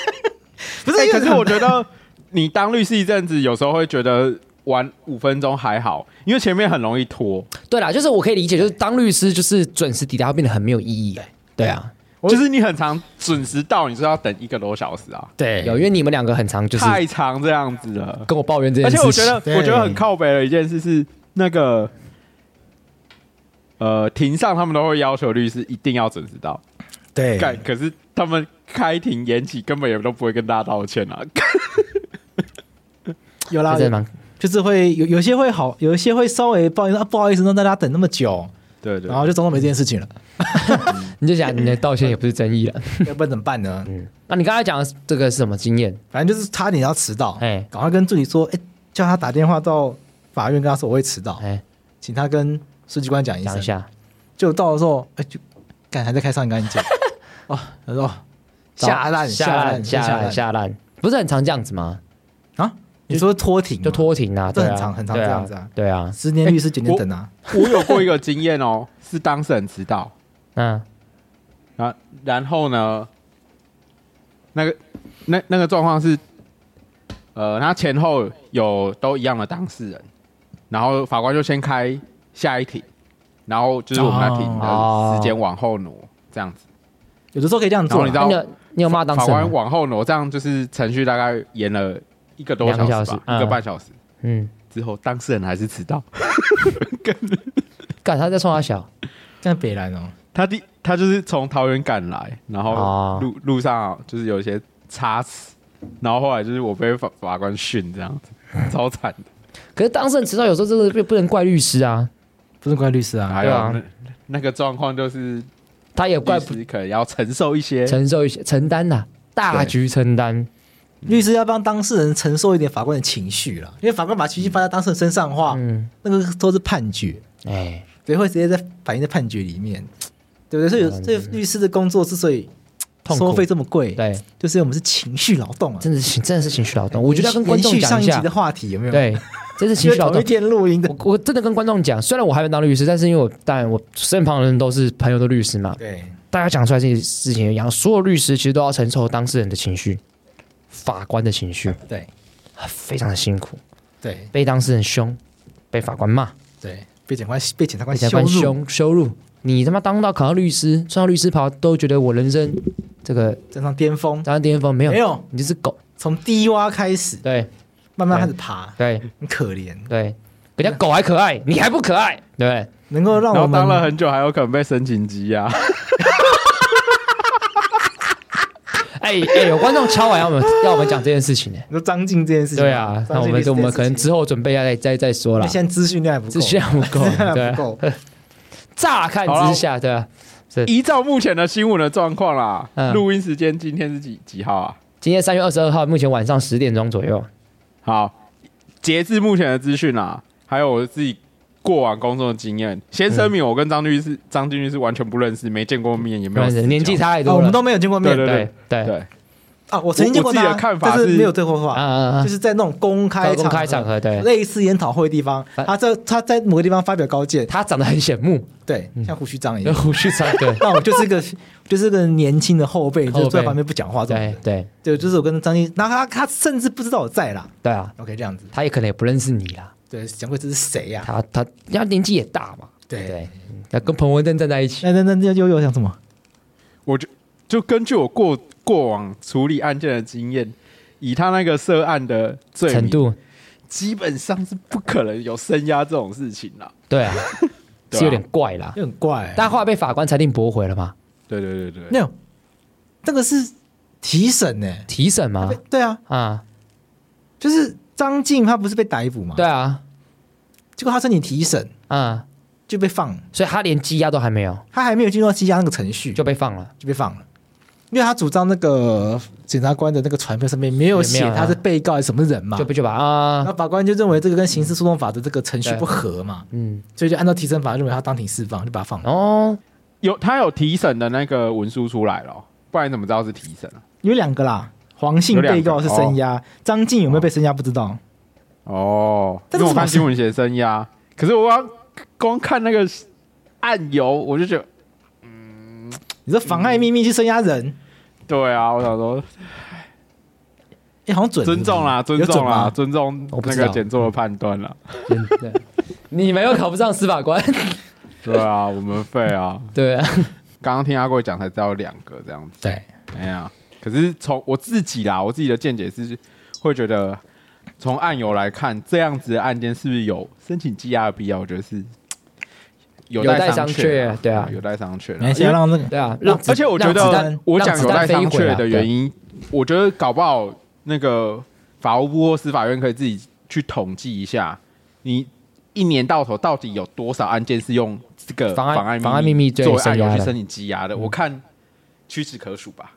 [laughs]
不是，
哎
因为
可是我觉得 [laughs] 你当律师一阵子，有时候会觉得玩五分钟还好，因为前面很容易拖，
对啦，就是我可以理解，就是当律师就是准时抵达会变得很没有意义。对啊，
就是你很常准时到，你就要等一个多小时啊，
对
有因为你们两个很常就是
太长这样子了。
跟我抱怨这
而
件
且
事情，
我觉得，
对
我觉得很靠北的一件事是那个。呃，庭上他们都会要求律师一定要准时到，
对
干，可是他们开庭延期根本也都不会跟大家道歉啊， [laughs]
有啦
这，真的蛮
就是会有有些会好，有一些会稍微抱怨说啊，不好意思让大家等那么久，
对对
然后就装作没这件事情
[laughs]
了，
你就讲你的道歉也不是争议了。
要不然怎么办呢？
那你刚才讲的这个是什么经验？
反正就是差点要迟到，
哎
赶快跟助理说，哎，叫他打电话到法院跟他说我会迟到，
哎，
请他跟书记官讲一
讲
声
一。下，
就到的时候，哎，就干还在开上干
[laughs]
讲，哦，他说哦下烂
下
烂
下
下
烂下烂，不是很常这样子吗？
啊！你说拖停吗
就拖停啊，
嗯这
对啊
很常很常
对
这样子啊
对啊，
十年律师九年等啊，
我有过一个经验哦，是当事人迟到，
嗯，
然然后呢，那个那那个状况是，呃，他前后有都一样的当事人，然后法官就先开下一庭，然后就是我们那庭
哦
的时间往后挪，这样子，
有的时候可以这样
然
做啊
后你知
啦。
那
道
哦你有你有骂当
法
事人
官
吗？
往后挪，这样就是程序大概延了一个多
两个
小时
小时
吧，一个
嗯
半小时，
嗯，
之后，当事人还是迟到。
干他在冲他小，
这样北兰哦，
他第他就是从桃园赶来，然
哦
后路、路上啊就是有一些差池，然后后来就是我被法法官训这样子，超惨的。
可是当事人迟到有时候真的不不能怪律师啊，
不是怪律师啊，
还有
对啊
那那个状况就是，
他也怪
律
不
师可能要承受一些。
承受一些承担呐、大局承担。
律师要帮当事人承受一点法官的情绪了，因为法官把情绪发在当事人身上的话，
嗯，
那个都是判决，
哎、
对，会直接在反映在判决里面，对不对？所以有这律师的工作之所以
嗯痛苦
收费这么贵，
对，
就是因为我们是情绪劳动啊。
真的是情真的是情绪劳动。我觉得要跟观
哎
众
延续
讲
上
一
一集
下
的，话题有没有？， [laughs]
对，这是
因
情
为
绪劳
同
动
一。天录音的，
我我真的跟观众讲，虽然我还没当律师，但是因为我当然我身旁的人都是朋友的律师嘛，
对，
大家讲出来这件事情一样，所有律师其实都要承受当事人的情绪、法官的情绪，
对，
非常的辛苦，
对，
被当事人凶，被法官骂，
对，被检官被检察官羞
被法官
辱，
凶羞辱。你他妈当到考到律师，穿上律师袍，都觉得我人生这个
站上巅峰，
站上巅峰没有？
没有，
你就是狗。
从低洼开始，
对
慢慢开始爬，
对
很可怜，
对，人家狗还可爱，你还不可爱，对哎不对？
能够让
然
我
后当了
们
很久，还有可能被申请羁押。
哎哎，有观众敲完要我们要我们讲这件事情呢、
你说张静这件事情吗，
对啊，那
张
我
晋律
们
师
就我们可
这
能
件事情
之后准备要再再再说
因
啦
为。现在资讯量还不够，
资讯
[laughs]
量不够
资讯，
对
量
啊
不，够，哎
乍看之下，对啊，
依照目前的新闻的状况啦
嗯，
录、音时间今天是几几号啊？
今天三月二十二号，目前晚上十点钟左右，
好，截至目前的资讯啦，还有我自己过往工作的经验，先声
嗯
明，我跟张律师、张俊律师完全不认识，没见过面，也没有私交
年纪。差太
啊
多
我
了，
们都没有见过面
对
对对
对，
啊，我曾经见过
我
他，
自己的看法
但是
是
没有对话
啊
话，
啊啊
就！是在那种公开
公开场合，对，
类似研讨会的地方，
反
他在他在某个地方发表高见，
他长得很显
[laughs]
目，
对，
嗯
像胡须章一
有 [laughs]
样。
胡须长，
[laughs]
对
那我就是个就是个年轻的后辈，
后辈
就坐在旁边不讲话这种
对
人。
对
对，就是我跟张毅，然后他他甚至不知道我在啦。
对啊，
OK，这样子，
他也可能也不认识你啦，
对，蒋贵这是谁呀？
他他人家年纪也大嘛，
对，
对，要跟彭文正站在一起，
那那那那又又想什么？
我就就根据我过过往处理案件的经验，以他那个涉案的罪
程
名，
度，
基本上是不可能有声押这种事情啦。
对
[laughs]
啊，
对啊
是有点怪啦。
又很
啊
怪。
但后来被法官裁定驳回了嘛，
对对对对，
那种这个是提审呢？
提审嘛，
对啊，
啊，
就是张晋他不是被逮捕嘛？
对，啊，
结果他申请提审
啊，
就被放，
所以他连羁押都还没有
他还没有进入到羁押那个程
嗯
序
就被放了。
就被放了，因为他主张那个检察官的那个传票上面没有
也没
写
有啊
他是被告还是什么人嘛
就，不就把啊
那，法官就认为这个跟刑事诉讼法的这个程序
对啊
不合嘛，
嗯，
所以就按照提审法认为他当庭释放，就把他放了。
哦，
有他有提审的那个文书出来了哦，不然你怎么知道是提审啊？
有两个啦，黄姓被告是声押，
哦
张晋有没有被声押不知道。
哦，
但是
因为我看
怎
新
么
闻写声押，可是我光光看那个案由，我就觉得，
你说妨碍秘密去声押人，
对啊，我想说
哎，好像准
尊重啦，
是不
尊
是有
重
准
啦，
吗
尊重
我不
那
知道
个检座的判断啦。
真的，你没有考不上司法官，
对啊，我们废啊，
[laughs] 对啊，
刚刚听阿贵讲才知道有两个这样子。
对，
哎呀，可是从我自己啦，我自己的见解是会觉得，从案由来看，这样子的案件是不是有申请羁押的必要？我觉得是有
有待
待
商
榷
榷对啊
有待商榷啦。
没事，
因为
让那个
对啊，
我
让
而且我觉
让子弹
得，我
让
讲
子
有
弹
待
飞
商
回来
榷的原，因，我觉得搞不好那个法务部或司法院可以自己去统计一下，你一年到头到底有多少案件是用这个
妨碍
妨碍
妨碍秘密罪
作为
申
案由
押
去
的
申请羁押的？我看屈指可数吧，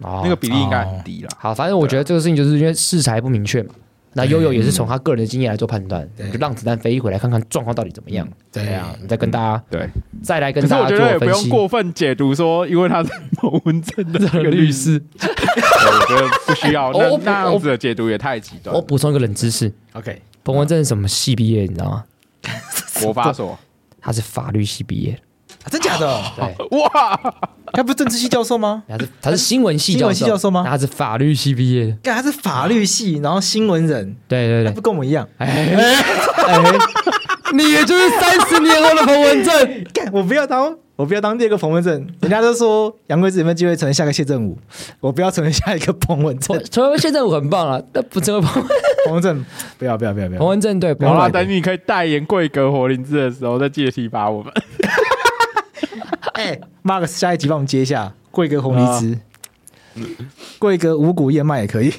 对哦
那个比例应该很低啦。
好，反正我觉得这个事情就是因为事实还不明确嘛。那悠悠也是从他个人的经验来做判断，
对
你就让子弹飞回来，看看状况到底怎么样。
对
啊，你再跟大家
对，
再来跟
可是
大
我
家
觉得也
做
不
分
用
析。
过分解读说，因为他是某文正
[laughs]
的这个律师，
师，
我觉得不需要。
[laughs] 我
那
我
那样子的解读也太极端
我
了。
补充一个冷知识：
OK，
彭文正是什么系毕业？你知道吗？
国发所，
他是法律系毕业，
啊真假的？ [laughs]
对，
哇，
他不是政治系教授吗？
他是他是新闻系
新
教
闻
授，
系教授吗
他是法律系毕业的，
干他是法律系，然后新闻人，
对对
不
对。
跟我们一样。哎
哎，你也就是三十年后的彭文 [laughs] 正，
干，我不要当，我不要当第二个彭文正。人家都说杨贵子有没有机会成为下一个谢振武，我不要成为下一个彭文
我
[laughs]
啊
正。
成为现在我很棒了，但不成为彭文 [laughs]
彭文正，不要不要不要不
彭
要，
文正对，
好啦，
彭文
等
正
你可以代言贵格活灵芝的时候，再记得提拔
[laughs]
我们。
哎，Mark 下一集帮我们接一下贵格红梨汁，啊贵格五谷燕麦也可以。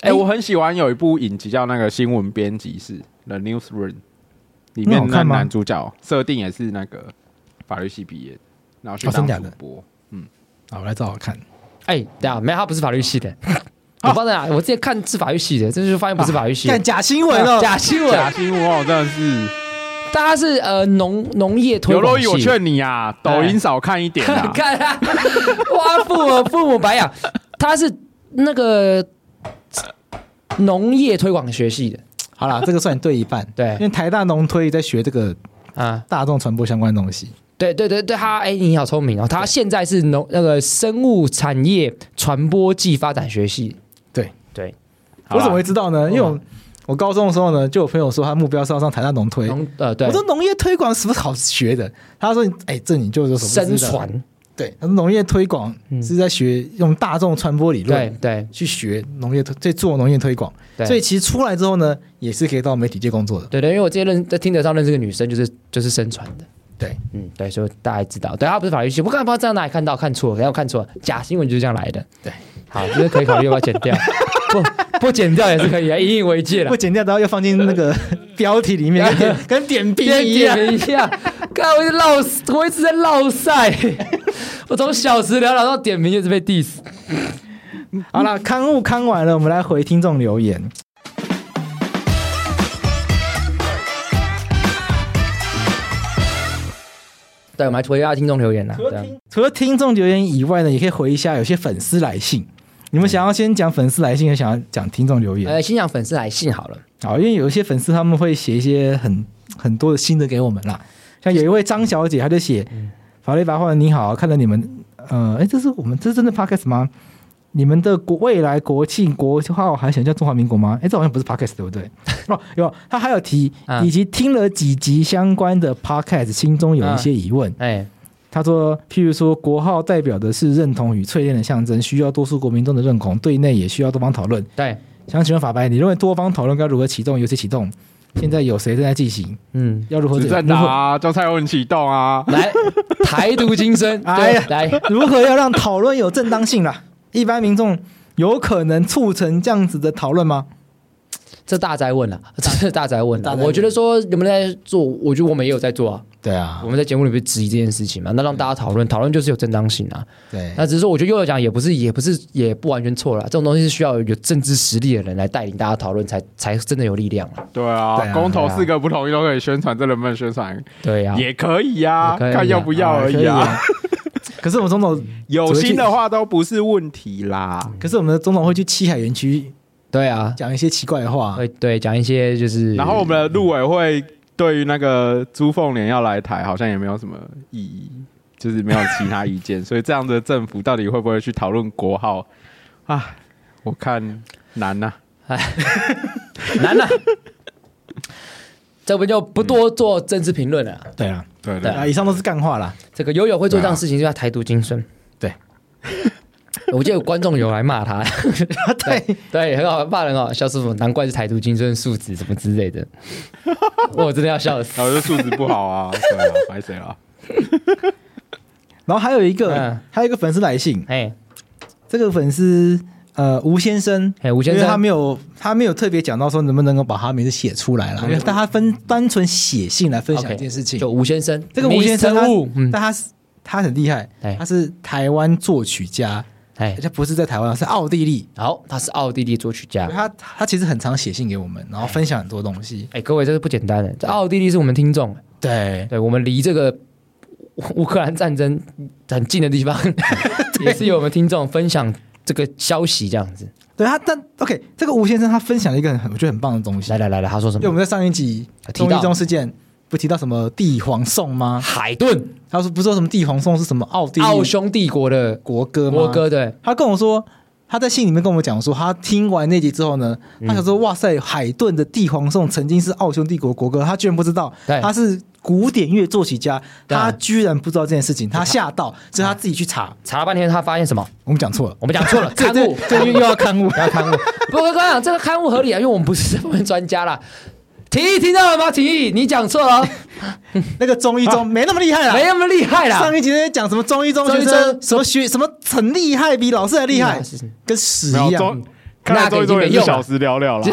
哎、我很喜欢有一部影集叫那个《新闻编辑室》（The Newsroom），里
那
面
好
那
看吗
男主角设定也是那个法律系毕业的，然后去
哦
当
真假
主
的
播。
好，我来找找看。
哎，对啊，没有他不是法律系的，我发现啊，我之前看是法律系的，这就是发现不是法律系的
干，假新闻哦，
[laughs] 假新
假
闻，
新闻哦，真的是
大家是呃农农业推
刘
广
若
系。
英，我劝你啊，抖音少看一点啊
[laughs] 看啊，哇，父母父母白养，他是那个农业推广学系的，
好啦，这个算对一半。
对
因为台大农推在学这个
啊，
大众传播相关的东西。
对对对对，他哎、你好聪明哦，他现在是农那个生物产业传播暨发展学系，
对
对，
我
好啦
怎么会知道呢？因为我我高中的时候呢，就有朋友说他目标是要上台大农推。
农呃对
我说农业推广是不是好学的？他说：“哎、这你就是什么
生
不知道啊
传，
对，他说农业推广
嗯
是在学用大众传播理
对
论
对
去学农业推，在做农业推广。
对，
所以其实出来之后呢，也是可以到媒体界工作的。
对对，因为我之前认在听得上认识个女生，就是就是生传的。
对，
嗯，对，所以大家知道，对，她不是法律系，我刚才不知道在哪里看到，看错了，然后看错了，假新闻就是这样来的。
对，
好，这个可以考虑要不要剪
[laughs]
掉，不不剪掉也是可以啊，引以为戒了
不。剪掉，然后又放进那 [laughs] 个标题里面，跟点跟点评
边
一 [laughs] 样。
剪一下，看我一直绕，我一直在绕赛， [laughs] 我从小时聊聊到点名，一直被 diss。
好了，刊物刊完了，我们来回听众留言。
对，我们来回一下听众留言呐、啊，这样
除了听众留言以外呢，也可以回一下有些粉丝来信。你们想要先讲粉丝来信，还是想要讲听众留言？
呃，先讲粉丝来信好了，
好，因为有一些粉丝他们会写一些很很多的心得给我们啦。像有一位张小姐，她就写：“
嗯
法律白话文你好，看了你们，呃，哎，这是我们这是真的 podcast 吗？你们的国未来国庆国号还想叫中华民国吗？哎，这好像不是 podcast 对不 [laughs] 对？哦，有，他还有提
啊，
以及听了几集相关的 podcast，心中有一些疑问。
哎，
他说，譬如说，国号代表的是认同与淬炼的象征，需要多数国民众的认同，对内也需要多方讨论。
对，
想请问法白，你认为多方讨论该如何启动？由谁启动？现在有谁正在进行？
嗯，
要如何
只在打啊，叫蔡文启动啊。
来，台独精深，
[laughs] 哎
对
呀，
来，
如何如何要让讨论有正当性啦？一般民众有可能促成这样子的讨论吗？
这大灾问了，啊这是大灾问
[laughs] 大
了。
哉问
我觉得说你们在做，我觉得我们也有在做啊。
对啊
我，们在节目里面质疑这件事情嘛，那让大家讨论，讨论就是有正当性啊。
对
那只是说，我觉得悠悠讲也不是，也不是，也不完全错了。这种东西是需要有政治实力的人来带领大家讨论，才才真的有力量了。
对啊，
对啊
公投
对啊
四个不同意都可以宣传，这能不能宣传
对呀、
也可以啊，
也可以啊
看要不要而已啊。。
可是我们总统，
有心的话都不是问题啦。
可是我们的总统会去七海园区
对啊，
讲一些奇怪的话。
会对讲一些就是，
然后我们的陆委会对于那个朱凤莲要来台，好像也没有什么异议，就是没有其他意见。所以这样的政府到底会不会去讨论国号啊？我看难啊呐、
难了，这我们就不多做政治评论了啊。
对啊，
对
对
对
啊，以上都是干话啦。
这个悠悠会做这样的事情，就叫台独精神。
对，
[laughs] 我记得有观众有来骂他，
对，
[laughs] 对，很好，骂人哦，笑死我，难怪是台独精神素质什么之类 [laughs] 的，我真的要笑死。
然后就素质不好啊，对啊，白谁
[laughs]
了？
[laughs] 然后还有一个
嗯，
还有一个粉丝来信，
[laughs] 哎
这个粉丝呃吴先生，
哎，吴先
因为他
生，
没有他没有特别讲到说能不能够把他名字写出来了，因为但他分单纯写信来分享
嗯 OK，
一件事情。
就吴先生，
这个吴先生
迷
他
生物，嗯，
但他是他很厉害
哎，
他是台湾作曲家，
哎
而，且不是在台湾，是奥地利。
好，他是奥地利作曲家。
他他其实很常写信给我们，然后分享很多东西。
哎，各位，这是不简单的，这奥地利是我们听众，
对，
对我们离这个乌乌克兰战争很近的
[laughs]
地方，也是有我们听众分享这个消息这样子。
对他但 OK，这个吴先生他分享了一个很我觉得很棒的东西
来，来来来，他说什
因为我
么？
们在上一集
提
中
到
一中事件不提到什么帝皇颂吗？
海顿，
他说不是说什么帝皇颂是什么奥地利
奥匈帝国的
国歌吗？
国歌，对，
他跟我说，他在信里面跟我们讲说，他听完那集之后呢，
嗯
他想说，哇塞，海顿的《帝皇颂》曾经是奥匈帝国国歌，他居然不知道，
对
他是古典乐作曲家，
对啊
他居然不知道这件事情，他吓到，所以他自己去查。
查了半天，他发现什么？
我们讲错了，
我们讲错了，刊物，
[laughs] 这又又要刊物，
[laughs] 要刊物。不过我跟你讲，这个刊物合理啊，因为我们不是这方面专家啦。廷义听到了吗？廷义，你讲错了哦，
那个中医中没那么厉害啦。
啊没那么厉害啦。
哎上一集在讲什么中医中
中
学
医
生
中
什么学什么很厉害，比老师还厉害
是是，
跟屎
没
一
有
样
中。，看来
那个
终于终于
已经没
一
用
小
了
时聊聊了。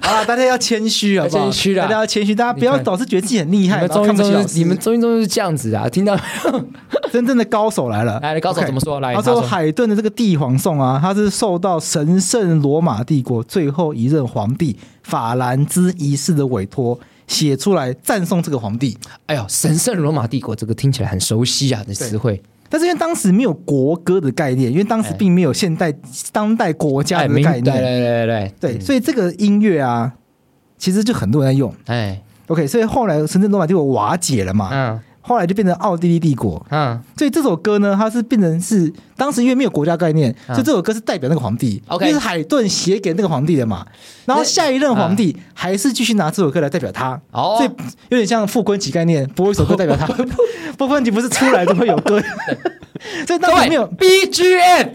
好啦，大家要谦虚好不好？
谦虚啦
大家要谦虚，大家不要
你看
老是觉得自己很厉
你
害，
们
然后
中
看
医
不起老
中
师。
你们中医中是这样子啊，听到没有？
真正的高手来了，
来高手
OK
怎么说来
他
他
说
说
海顿的这个帝皇颂啊，他是受到神圣罗马帝国最后一任皇帝法兰兹一世的委托。写出来赞颂这个皇帝，
哎呦，神圣罗马帝国这个听起来很熟悉啊，这词汇。
但是因为当时没有国歌的概念，因为当时
哎
并没有现代当代国家
哎，
的
明
概
对对
念，
对对对，嗯
对，所以这个音乐啊，其实就很多人在用。
哎，
OK，所以后来神圣罗马帝国瓦解了嘛，
嗯
后来就变成奥地利帝国。
嗯
所以这首歌呢，它是变成是当时因为没有国家概念，
啊
所以这首歌是代表那个皇帝
OK
因为是海顿写给那个皇帝的嘛。然后下一任皇帝还是继续拿这首歌来代表他，
嗯哦
所以有点像傅昆萁概念，播一首歌代
[laughs]
表他。傅昆萁不是出来都会有歌， [laughs] 所以当时没有。
BGM，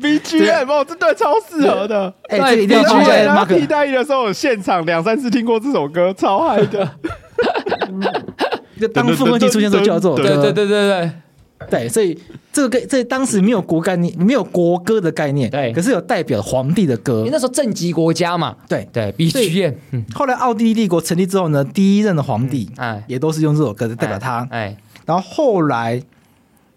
BGM 哦，这段超适合的。
[laughs] 哎、
对
这个一定要记
然
对
后
下来
在
对
他
，Mark
替代役的时候，现场两三次听过这首歌，超嗨的。
就当傅昆萁出现的时候就要这首歌。
对对对对对，
对，所以这个歌，这当时没有国概念，没有国歌的概念，
对
可是有代表皇帝的歌
因为，那时候政级国家嘛，
对。
对 BGM，嗯
后来奥地利帝国成立之后呢，第一任的皇帝，
哎
也都是用这首歌代表他。
哎，
然后后来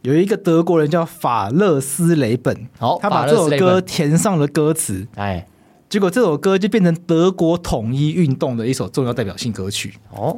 有一个德国人叫法勒斯雷本，
好
他把
法
这
勒
首
斯雷
歌
本
填上了歌词，
哎
结果这首歌就变成德国统一运动的一首重要代表性歌曲。
哦，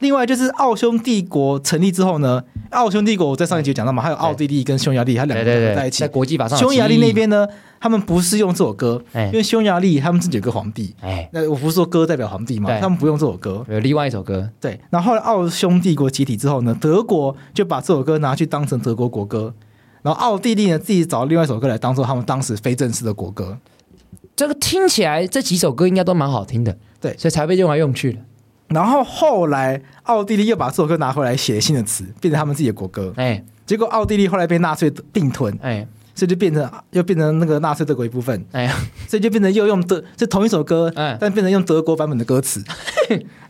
另外就是奥匈帝国成立之后呢，奥匈帝国我在上一集有讲到嘛，还有奥地利跟匈牙利，它两
对
个
对对，
在一起
在。国际法上有
匈牙利
歧义
那，边呢，他们不是用这首歌，
哎
因为匈牙利他们自己有个皇帝。
哎，
那我不是说歌代表皇帝嘛，
对
他们不用这首歌。
有另外一首歌，
对，然后后来奥匈帝国解体之后呢，德国就把这首歌拿去当成德国国歌，然后奥地利呢自己找另外一首歌来当做他们当时非正式的国歌。
这个听起来这几首歌应该都蛮好听的，
对
所以才被用来用去的，
然后后来奥地利又把这首歌拿回来写新的词，变成他们自己的国歌。
哎
结果奥地利后来被纳粹并吞，
哎
所以就变成又变成那个纳粹德国一部分。
哎，
所以就变成又用德，是同一首歌，
嗯
但变成用德国版本的歌词，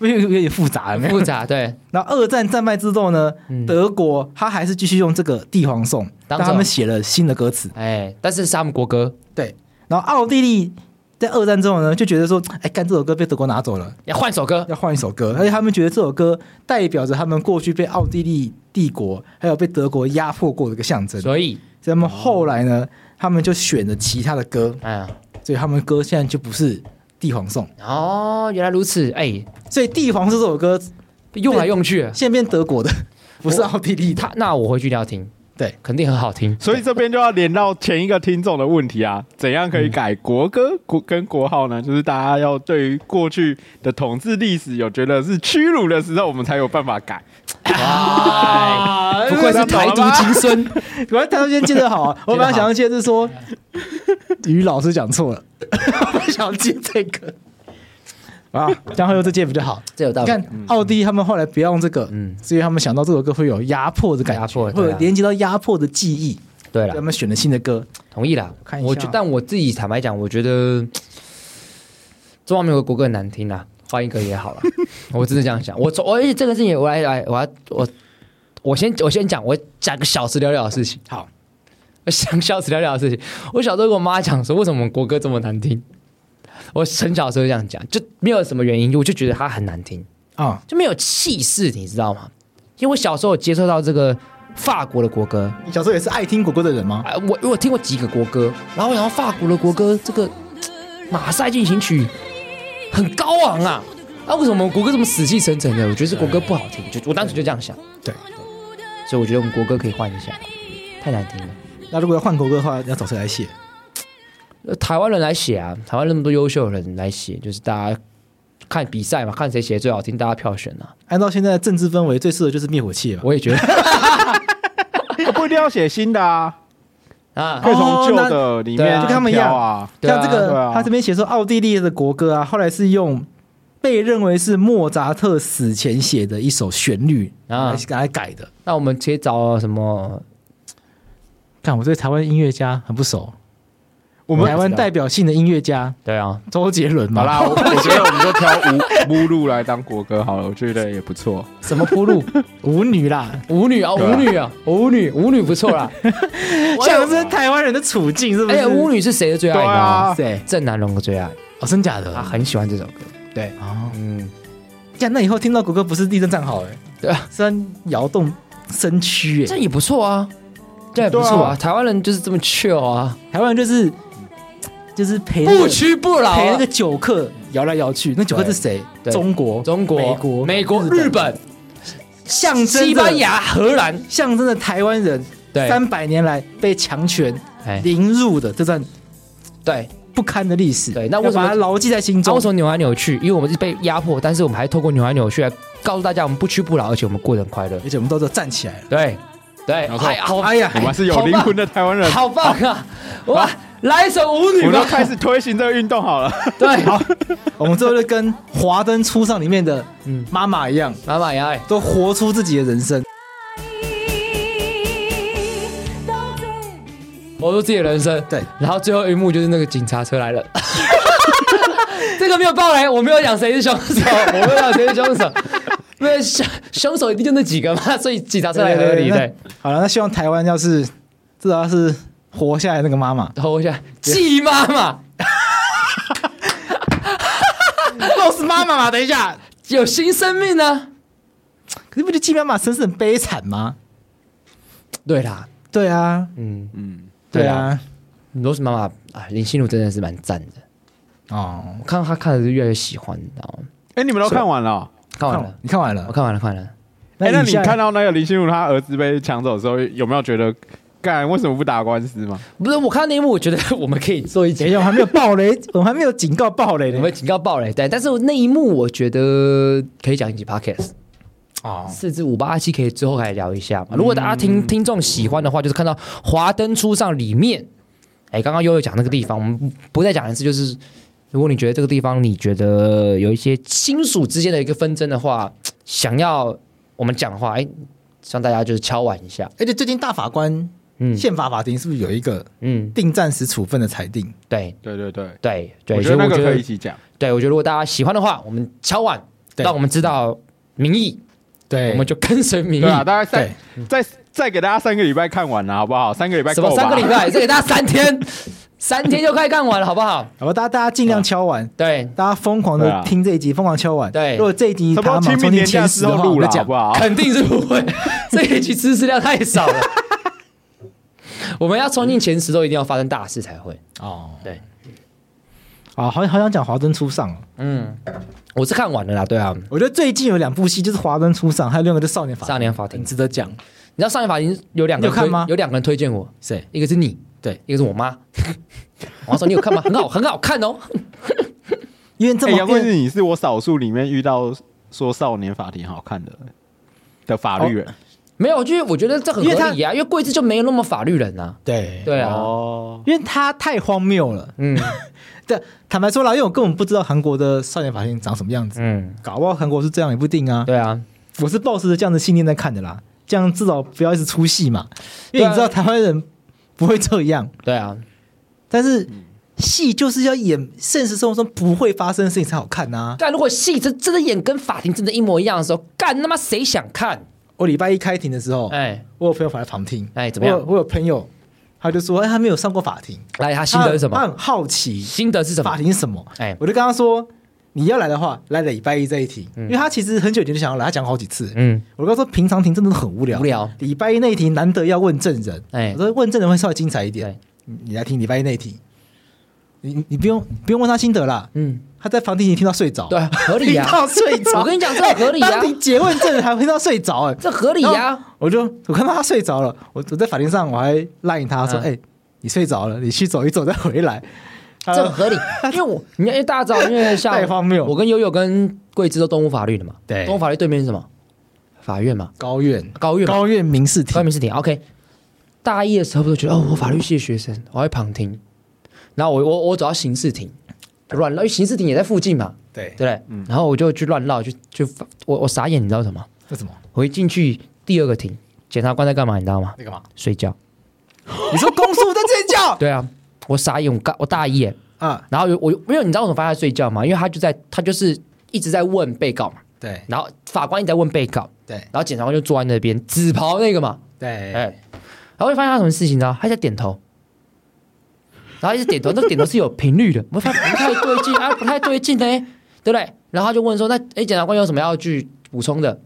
有点有点复杂，有没有
复杂，对，
然后二战战败之后呢，
嗯
德国他还是继续用这个帝皇颂，但
当作
他们写了新的歌词。
哎，但是是他们国歌
对，然后奥地利在二战之后呢，就觉得说，哎，干这首歌被德国拿走了，
要换首歌，
要换一首歌，而且他们觉得这首歌代表着他们过去被奥地利帝国还有被德国压迫过的一个象征。所
所以
以他们后来呢，他们就选了其他的歌，
哎呀。
所以他们歌现在就不是帝皇颂。
哦，原来如此，哎，
所以帝皇是这首歌
用来用去，
现在变德国的，不是奥地利的。
他那我回去一定要听，
对，
肯定很好听。
[laughs] 所以这边就要连到前一个听众的问题啊，怎样可以改国歌国跟国号呢？就是大家要对于过去的统治历史有觉得是屈辱的时候，我们才有办法 [laughs] 改。
哎，不愧是台独金孙，
我要台湾先接着 [laughs] 好啊，我本来想要接着 [laughs] 说，于老师讲错了， [laughs] 我想要接这个啊，然后又这接比较好。
这有道
你看奥地利他们后来不要用这个，嗯
嗯，
所以他们想到这首歌会有压迫的感
压
觉，
迫
会
对啊
有连接到压迫的记忆，
对
他
了，
们选了新的歌。
同意啦。
看一下
我觉，但我自己坦白讲，我觉得中华民国国歌很难听啦，换一个也
[laughs]
好了。我真的这样想。我从，我而且这个事情，我来来，我要我我先我先讲，我讲个小时了了的事情。
好，
我想小时了了的事情。我小时候跟我妈讲说，为什么我们国歌这么难听？我很小时候就这样讲，就没有什么原因，我就觉得它很难听。
啊，
就没有气势，你知道吗？因为我小时候有接受到这个法国的国歌，
你小时候也是爱听国歌的人吗？
啊、我我听过几个国歌，然后我想到法国的国歌，这个《嘖马赛进行曲》很高昂啊，啊，为什么我们国歌这么死气沉沉的？我觉得是国歌不好听，就我当时就这样想，
对，
所以我觉得我们国歌可以换一下，太难听了。
那如果要换国歌的话，要找谁来写？
呃台湾人来写啊，台湾那么多优秀的人来写，就是大家看比赛嘛，看谁写的最好听，大家票选啊。
按照现在的政治氛
[laughs]
围，最适合就是灭火器了吧。
我也觉得，
啊不一定要写新的啊，
啊
可以从旧
哦
的里
对啊
面
就
跟他们一样
挑啊，
对啊
像这个，
对啊
他这边写说奥地利的国歌啊，后来是用被认为是莫扎特死前写的一首旋律
啊
来来改的。
那我们可以找什么？
看我对台湾音乐家很不熟，
我们
台湾代表性的音乐家
对啊，
周杰伦嘛，
[laughs] 好啦，我我觉得我们就挑乌乌路来当国歌好了，我觉得也不错。
什么铺
[laughs]
路舞女啦，
舞女啊，
对啊
舞女啊，舞女，舞女不错啦。
像是台湾人的处境是不
而
是？
且哎舞女是谁的最爱？
对
你知道吗
啊
谁？
郑南榕的最爱，
哦，真假的？
他很喜欢这首歌。
对哦，
嗯，
这样那以后听到国歌不是地震站好哎，
对
[laughs]
啊，
虽然摇动身躯
这
哎，
也不错啊，这也不错啊。台湾人就是这么 chill 啊，
台湾人就是就是陪那个
不屈不挠啊。
陪那个酒客摇来摇去，那酒客是谁？
对
中国，
中国、
美国、
美国、日本、
象征着
西班，牙、荷兰，
象征着台湾人
对，
三百年来被强权
哎，
凌辱的这段
对。
不堪的历史。
对那
要
为什么
把它牢记在心
那
中
为什？么扭来扭去？因为我们是被压迫，但是我们还透过扭来扭去来告诉大家，我们不屈不挠，而且我们过得很快乐。
而且我们到这站起来了，
对，对，
没错
哎呀，好，
哎呀
我们是有灵魂的台湾人，
好棒啊！哇，来一首舞
我
女
们都
吧。
开始推行这个运 [laughs] 动好了。
对，好，
我们最后就跟《华灯初上》里面的
嗯
妈妈一样，
妈妈呀，哎
都活出自己的人生。
活出自己的人生。
对，
然后最后一幕就是那个警察车来了。 [laughs] 这个没有爆雷，我没有讲谁是凶手，我没有讲谁是凶手。因为凶凶手一定就那几个嘛， [laughs] 所以警察车来合理。对，
那好了，那希望台湾要是至少要是活下来那个妈妈，
然后我想季妈妈
都是妈妈嘛。等一下，
有新生命呢。
可是不觉得季妈妈身世很悲惨吗？
对啦，
对啊，
嗯，
嗯，
对
对
啊
啊，罗斯妈妈啊，林心如真的是蛮赞的，
哦，
我看到她看的是越来越喜欢，你知道吗？
哎，你们都看完了哦？
看完了，
你看完
我
了，
看完了，看完了。
哎，那你
下
看到那个林心如她儿子被抢走的时候，有没有觉得干为什么不打官司嘛？
不是，我看那一幕，我觉得 [laughs] 我们可以做一
等一
集，
下，我还没有爆雷， [laughs] 我还没有警告爆雷
我
呢。
们警告爆雷。对，但是那一幕我觉得可以讲一集 podcast，
哦，
四至五八二七可以最后来聊一下嘛。如果大家听听众喜欢的话，就是看到《华灯初上》里面，哎，刚刚悠悠讲那个地方，我们不不再讲一次，就是。如果你觉得这个地方你觉得有一些亲属之间的一个纷争的话，想要我们讲的话，哎，让大家就是敲碗一下，
而且最近大法官
嗯
宪法法庭是不是有一个
嗯，
定暂时处分的裁定？
对
对对对，
对对，
我觉
所以
得
我
那个
觉
可以一
得，
起讲。
对我觉得如果大家喜欢的话，我们敲碗，
对
让我们知道民意，
对
我们就跟随民意
对。啊，大概
对
再再再给大家三个礼拜看完了，好不好？三个礼拜
什么
够吧
三个礼拜？再给大家三
[laughs]
天，三天就快干完了，好不好？
好吧，大家大家尽量敲完，
对，
大家疯狂
对
的
啊
听这一集，疯狂敲完。
对
如果这一集
差不
他
多
马
清
冲
明
进
年假
前
之
十的
后
话，我
录
就
了，好
讲
不。好？
肯定是不
[laughs]
会，这一期知识量太少了。我们要冲进前十都一定要发生大事才会。
哦，
对，
啊，好好想讲《华灯初上》哦。
嗯，我是看完了啦，对啊。
我觉得最近有两部戏，就是《华灯初上》，还有另外一个就是《少年法庭
少年法庭
很值得讲。
你知道上一法庭有两个人
你有看
推
吗
有两个人推荐我，
谁？
一个是你，
对，
一个是我妈。 [laughs] 我说你有看吗？很好，很好看哦。
因为这
哎，
么
杨贵
因
是
为
你是我少数里面遇到说少年法庭好看的的法律人
没有，就是我觉得这很
因为
合
他
理啊，因为贵子就没有那么法律人啊。
对，
对啊，
哦，
因为他太荒谬了。 [laughs]
嗯
对，坦白说啦，因为我根本不知道韩国的少年法庭长什么样子，
嗯，
搞不好韩国是这样也不定啊。
对啊，
我是抱持着这样的信念在看的啦，这样至少不要一直出戏嘛。因为你知道
对啊
台湾人不会这样，
对啊，
但是
嗯
戏就是要演现实生活中不会发生的事情才好看啊呐、
但如果戏真真的演跟法庭真的一模一样的时候，干他妈谁想看？
我礼拜一开庭的时候，
哎
我有朋友跑来旁听，
哎，怎么样
我有？我有朋友，他就说，哎，他没有上过法庭，
来，他心得是什
他
么？
很好奇
心得是什
法
么？
庭是什么。
哎，
我就跟他说，你要来的话，来礼拜一这一庭，因为他其实很久以前就想要来，他讲好几次。
嗯，
我跟他说，平常庭真的很无聊，
无聊
礼拜一那一庭难得要问证人，
哎
我说问证人会稍微精彩一点
对，
你你来听礼拜一那一庭，你你不用你不用问他心得啦，
嗯，
他在房间已经听到睡着，
对，啊合理
听
呀，
到睡着。
我跟你讲这合理
当
啊
庭结问证人还听到睡着，哎，
这合理啊
然
呀
后。我就我看到他睡着了，我我在法庭上我还赖他说，
嗯
哎、你睡着了，你去走一走再回来。他
这很合理，因为我你因为大家知
[laughs]
道，因为像
太荒谬
我跟悠悠跟桂枝都东吴法律的嘛，
对
东吴法律对面是什么？法院嘛，
高院
高院嘛，
高院民事庭
高，民事庭。OK，大一的时候，我都觉得哦，我法律系的学生，我要去旁听，然后我我我走到刑事庭乱绕，因为刑事庭也在附近嘛，
对嗯
对，不对？然后我就去乱绕，就就我我傻眼，你知道什么？
为什么？
我一进去第二个庭，检察官在干嘛？你知道吗？
那干嘛？
睡觉。
你说公诉在睡觉
对啊，我傻眼，我大我大一耶，
[laughs] 啊？
然后有我有因为你知道为什么发现他睡觉吗？因为他就在他就是一直在问被告嘛，
对
然后法官一直在问被告，
对
然后检察官就坐在那边紫袍那个嘛，哎
对，
然后就发现他什么事情呢？他在点头，然后一直点头， [laughs] 那个点头是有频率的，我发现不太对劲啊，不太对劲呢、对不对？然后他就问说：“那哎，检察官有什么要去补充的？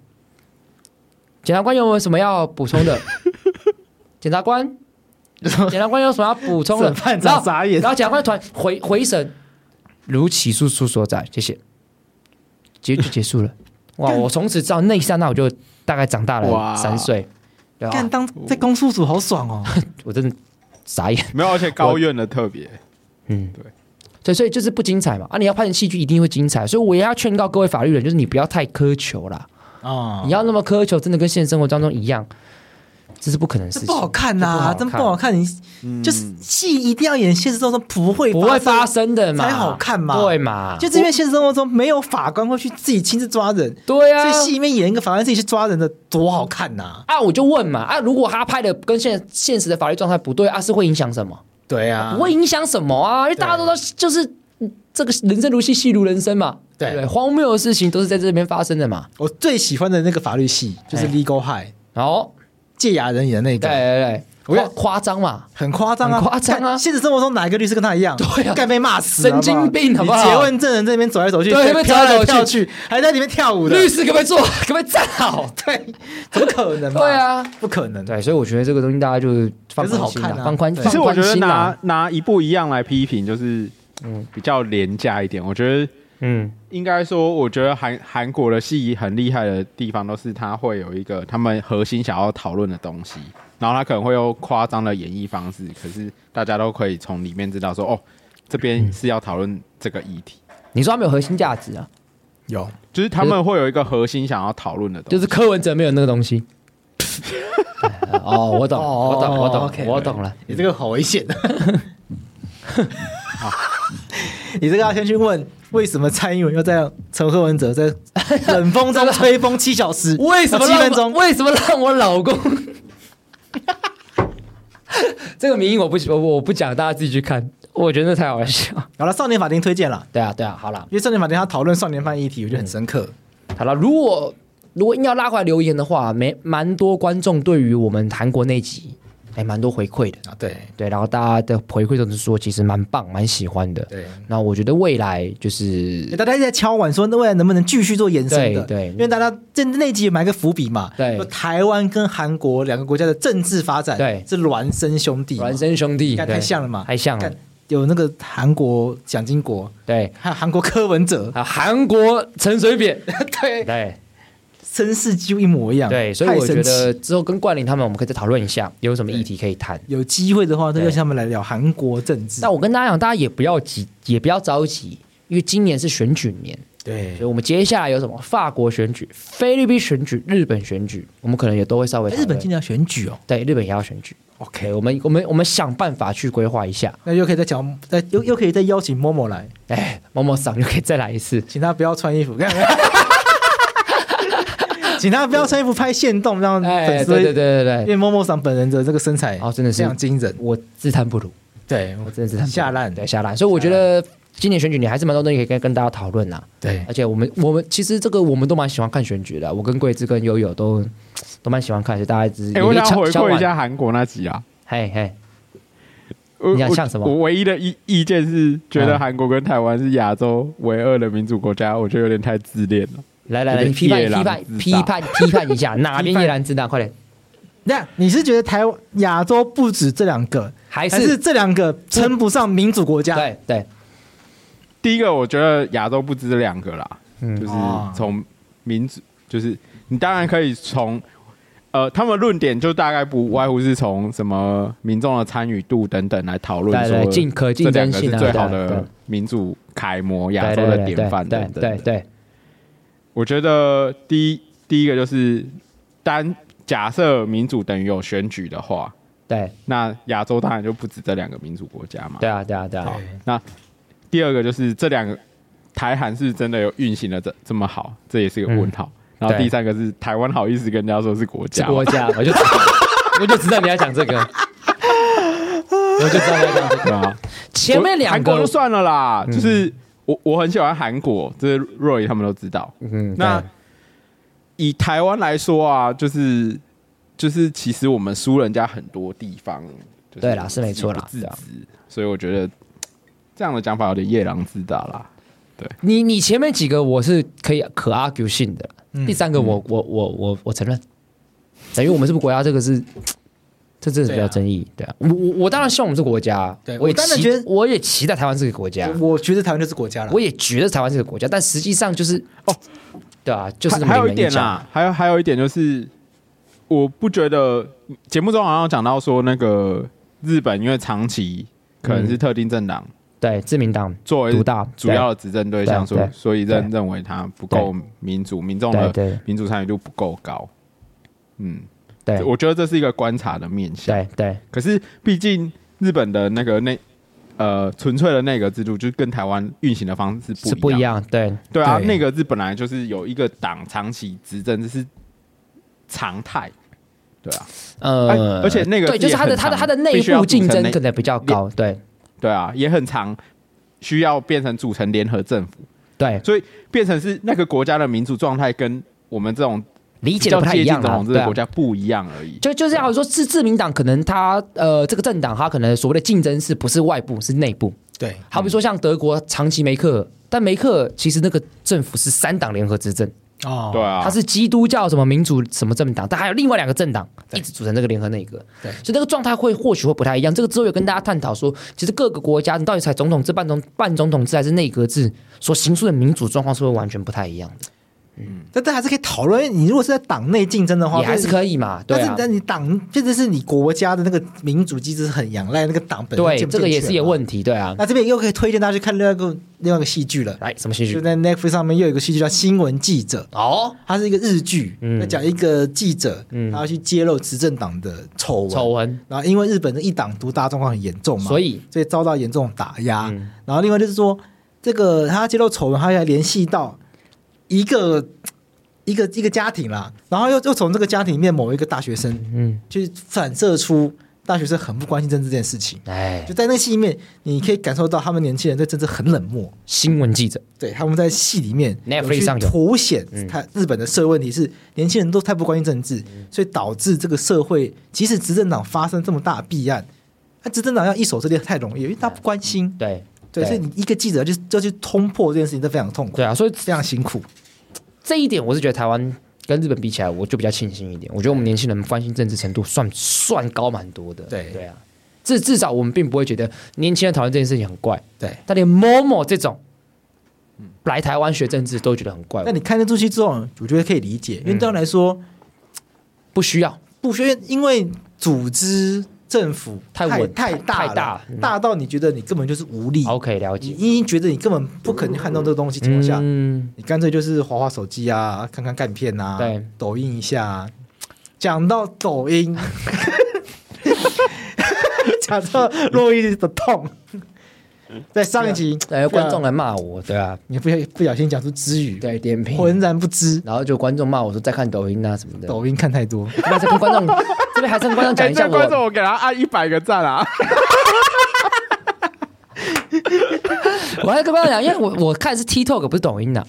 检察官有没有什么要补充的？ [laughs] 检
[laughs]
察官，检察官有什么要补充的
审？”判
然
长
后
傻眼
然，后检察官突然回回审，如起诉书所载，谢谢，结就结束了。哇！我从此知道那一刹那我就大概长大
哇
了三岁，对吧
干？当在公诉组好爽哦。
我真的傻眼， [laughs]
没有，而且高院的特别，
嗯，
对，
所以所以就是不精彩嘛啊！你要拍成戏剧一定会精彩，所以我也要劝告各位法律人，就是你不要太苛求啦，
哦
你要那么苛求，真的跟现实生活当中一样，这是不可能的事
这
情，
不好看呐、
这
真不好看。你就是戏一定要演现实中不会
不会
发
发
生，啊
生的嘛，
才好看嘛
对嘛？
就是因为现实生活中没有法官会去自己亲自抓人，
对啊
所以，戏里面演一个法官自己去抓人的多好看呐、
啊，我就问嘛啊，如果他拍的跟现现实的法律状态不对啊，是会影响什么？
对啊
不会影响什么啊，因为大家都知道，就是嗯这个人生如戏，戏如人生嘛，
对
不荒谬的事情都是在这边发生的嘛。
我最喜欢的那个法律戏就是
哎
《Legal High》
然后，
戒牙人演的那个，
对对
我
对，
跟
夸夸张嘛，
很夸张啊，
很夸张啊
看现实生活中哪一个律师跟他一样？
对啊
该被骂死，
神经病
好不
好不
好
好
你诘问证人这边走来走去，
对
被
被走来
跳
走去
跳去，还在里面跳舞的，
律师可不可以做？可不可以站好？
对，怎么可能嘛？
对啊，
不可能。
对，所以我觉得这个东西大家就放宽
可是
心
好
啦，
看啊
放宽，
对
其
放
实我觉
宽
得
心
拿
啦。
拿一步一样来批评，就是
嗯
比较廉价一点。我觉得
嗯，
应该说，我觉得韩韩国的戏很厉害的地方，都是它会有一个他们核心想要讨论的东西，然后它可能会用夸张的演绎方式，可是大家都可以从里面知道说，哦，这边是要讨论这个议题，
你说他没有核心价值啊，
有
就是他们会有一个核心想要讨论的东
就
西。
是柯文哲没有那个东西。哎 [laughs] 哦，我懂，
哦
我懂，我懂，
OK，
我懂了。
你这个好危 [laughs] 险的。啊你这个要先去问为什么蔡英文要在陈柯文哲在冷风中吹风七小时，
[laughs] 为什么
七
让
分
我
钟？
为什么让我老公？ [laughs] 这个名音我不我我不讲，大家自己去看，我觉得那太好笑。
好了，少年法庭推荐了，
对啊，对啊，好啦，
因为少年法庭他讨论少年犯议题，我觉得很深刻。
好了，如果如果硬要拉回来留言的话，没蛮多观众对于我们韩国那集还蛮多回馈的，
啊，对
对，然后大家的回馈都是说其实蛮棒，蛮喜欢的。
对。哎
那我觉得未来就是
大家一直在敲碗说，那未来能不能继续做延伸的？
对对
因为大家这那集也埋个伏笔嘛。
对
说台湾跟韩国两个国家的政治发展，
对
是孪生兄弟嘛，
孪生兄弟，
干
对
太像了嘛
太像了
干，有那个韩国蒋经国，
对。
还有韩国柯文哲，
啊，韩国陈水扁，
[laughs] 对，
对
身世几乎一模一样。
对，所以
太
我觉
神奇
得之后跟冠霖他们，我们可以再讨论一下有什么议题可以谈。
有机会的话，再
对
邀请他们来聊韩国政治
那。我跟大家讲，大家也不要急，也不要着急，因为今年是选举年，
对
所以，我们接下来有什么法国选举、菲律宾选举、日本选举，我们可能也都会稍微讨
哎日
论。
本今年要选举哦。
对日本也要选举
OK，
，OK，我们我们我们想办法去规划一下。
那又可以再讲，再又又可以再邀请默默来，
哎，某某赏就可以再来一次。
请他不要穿衣服，看 [laughs] 请他不要穿衣服拍线动，
嗯
让粉
哎，
丝会
对对对对
因
对，
为默默桑本人的这个身材
哦真的是
非常哦惊人，
我自叹不如。
对我
我真的是很
下烂
对下烂，所以我觉得今年选举你还是蛮多东西可以跟跟大家讨论啦。
对
而且我们我们其实这个我们都蛮喜欢看选举的，我跟桂枝跟悠悠都都蛮喜欢看，所以大家一直
哎、
有
我
些
想
敲
回
敲
馈
碗
一下韩国那集啊。
嘿嘿，
我
你想
呃我
像什么
我唯一的意意见是，觉得
嗯
韩国跟台湾是亚洲唯二的民主国家，我觉得有点太自恋了。
来来来，
有点
你批判
夜
批
郎
判
自啊
批
大
判批
[laughs]
判一下，哪边夜郎自大？快点，
那你是觉得台湾亚洲不止这两个，
还
还是
是
这两个称不上民主国家？
对对，
第一个，我觉得亚洲不止这两个啦，
嗯
就是
哦
从民主，就是你当然可以从呃，他们论点就大概不外乎是从什么民众的参与度等等来讨论
对对
说，
竞可
这两
竞争
个
性
是
啊
最好
对对
的民主楷模，亚
对
洲
对
的
对
典范
对
等等
对
的。
对，
我觉得第一第一个就是单假设民主等于有选举的话，
对
那亚洲当然就不止这两个民主国家嘛。
对啊，对啊，对啊，
那第二个就是这两个台韩是真的有运行的这这么好，这也是个问号。然后
嗯对
第三个是台湾好意思跟人家说是国
是
家吗，
国家，我就 [laughs] 我就知道你要讲这个， [laughs] 我就知道你要讲这个。
对吧？
[laughs] 前面两
韩国
个嗯
就，算了啦，就是我我很喜欢韩国，这是若雨他们都知道。
嗯，
那以台湾来说啊，就是就是，其实我们输人家很多地方。就
对啦是没错啦
自己
对
不
啊
自知，所以我觉得嘖这样的讲法有点夜郎自大啦。
你你前面几个我是可以可 argue 性的，
嗯
第三个我、我我我我承认，等于我们是不是国家这个是，这这是比较争议，对啊，我我我当然希望我们是国家，
对
我也
我当然
期
觉得
我也期待台湾是个国家，
我觉得台湾就是国家了
我。也觉得台湾是个国家，但实际上就是
哦，
对啊，就是这么
还还有
令
一点
人讲
啦，还有还有一点就是，我不觉得节目中好像有讲到说，那个日本因为长期可能是特定政党、
对，自民党
作为
嗯独大
主要的执政对象，
对
所以
对
所以认
对
认为它不够民主，民众
对
的
对
民主参与度不够高。嗯，
对
我觉得这是一个观察的面向。
对对
可是毕竟日本的那个内呃纯粹的内阁制度，就是跟台湾运行的方式
是不一
样。
样，对
对啊，
对
内阁制本来就是有一个党长期执政，这是常态。对啊，
呃，
哎而且那个
对，
也
就是它的
很
它的
长
它的内
必须要
部
组成
竞争
内
可能比较高，对
对啊，也很常需要变成组成联合政府，
对，
所以变成是那个国家的民主状态跟我们这种
理
比
解的
较
不太
接
一
近
样
的
啦，
统治
对
的
啊
国。家不一样而已。
就就是好说，自自民党可能他呃，这个政党他可能所谓的竞争是不是外部是内部？
对，
好
嗯
比说像德国长期梅克尔，但梅克尔其实那个政府是三党联合执政，
哦，
对啊，
它是基督教什么民主什么政党，但还有另外两个政党一直组成这个联合内阁，
对
所以那个状态会或许会不太一样。这个之后有跟大家探讨说，其实各个国家你到底采总统制、半总半总统制还是内阁制，所行出的民主状况是会完全不太一样的，
但这还是可以讨论。因为你如果是在党内竞争的话，
也还
就是
可以嘛，对
但是
啊。
哦但你党这就是你国家的那个民主机制是很仰赖那个党本身
对，
健不
这个
健
也
全
是一个
嘛。
问题，对啊。
那这边又可以推荐大家去看另外一个另外一个戏剧了，
来，什么戏
就
剧？
在 Netflix 上面又有一个戏剧叫《新闻记者》，
哦，
它是一个日剧，
嗯
那讲一个记者，
嗯
他要去揭露执政党的丑闻，
丑闻，
然后因为日本的一党独大状况很严重嘛，
所以嗯
所以遭到严重打压。然后另外就是说，这个他揭露丑闻，他还联系到一个一个一个家庭啦，然后又又从这个家庭里面某一个大学生，
嗯，
就是反射出大学生很不关心政治这件事情。
哎
就，在那个戏里面，你可以感受到他们年轻人对政治很冷漠。
新闻记者，
对，他们在戏里面
Netflix
有去
上有
凸显他日本的社会问题是年轻人都太不关心政治，
嗯
所以导致这个社会即使执政党发生这么大的弊案，那执政党要一手遮天太容易，因为他不关心。
对，
对，所以你一个记者就就去冲破这件事情，这非常痛
[laughs]
苦，
对啊，所以
非常辛苦。
这一点我是觉得台湾跟日本比起来，我就比较庆幸一点。我觉得我们年轻人关心政治程度算算高蛮多的，
对
对啊，至至少我们并不会觉得年轻人讨论这件事情很怪，
对，
但连 Momo 这种来台湾学政治都觉得很怪
那，你看得出去之后，我觉得可以理解，因为对他来说，
不需要，
不学院因为组织政府
太稳
太
太
大
太大
了
了嗯
大到你觉得你根本就是无力，
OK，了
你
解，
已经觉得你根本不可能撼动这个东西情况下。
嗯，
你干脆就是划划手机啊，看看干片啊，
对，
抖音一下、啊。讲到抖音， [laughs] 讲到洛伊的痛，在上一集，
哎，观众
啊，
来骂我，对啊，
你不小不小心讲出之语，
对，点评，
浑然不知
然后就观众骂我说在看抖音啊什么的，
抖音看太多。
这边还是跟观众，这边还是跟观众讲
哎，
一下
这观
我
众我给他按一百个赞
[laughs]
啊！
[laughs] 我还跟朋友讲，因为我我看是 TikTok 不是抖音呐、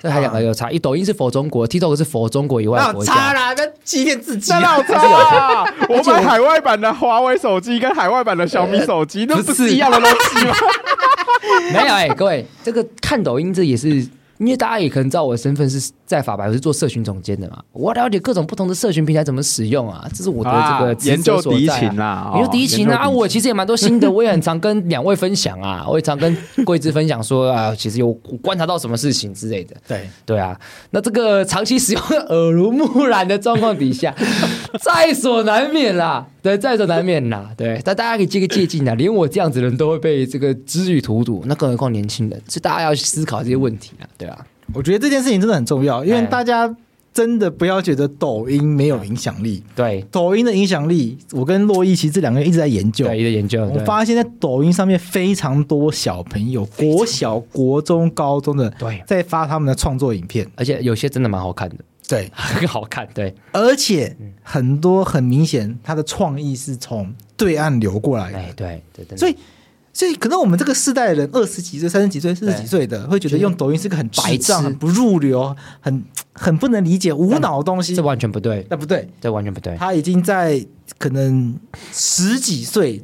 这还两个有差，一抖音是否中国，TikTok 是否中国以外
那
的
有
国
差
家。
啦，不要欺骗自己
那
啊。
老差啊！我买海外版的华为手机跟海外版的小米手机，那不是一样的东西吗？
没有哎、各位，这个看抖音这也是。因为大家也可能知道我的身份是在法白，我是做社群总监的嘛，我了解各种不同的社群平台怎么使用啊，这是我的这个
啊
职责
研究
所在
敌
啊
情啦
研究
哦
敌情啊，
研究
啊
敌
我其实也蛮多心得，我也很常跟两位分享啊，我也常跟桂枝分享说啊，其实有我观察到什么事情之类的，
[laughs] 对，
对啊，那这个长期使用的耳濡目染的状况
[laughs]
底下，在所难免啦，对，在所难免啦，对。但大家可以借个借鉴啊，连我这样子的人都会被这个知语荼毒，那更何况年轻人，所以大家要思考这些问题啊，对啊，
我觉得这件事情真的很重要，因为
哎
大家真的不要觉得抖音没有影响力，
对
抖音的影响力，我跟洛伊其实这两个人一直在研究。
对一个研究，
我
对
发现，在抖音上面非常多小朋友，国小、国中、高中的，
对
在发他们的创作影片。
而且有些真的蛮好看
[laughs]
的，
对，
很好看，对
而且很多很明显，他的创意是从对岸流过来的。
哎对对对，
所以，所以可能我们这个世代的人，二十几岁、三十几岁、四十几岁的，会觉得用抖音是个很
白
白障、
痴
很不入流、很很不能理解、无脑的东西
这。完全不对，
那不对，
这完全不对，
他已经在可能十几岁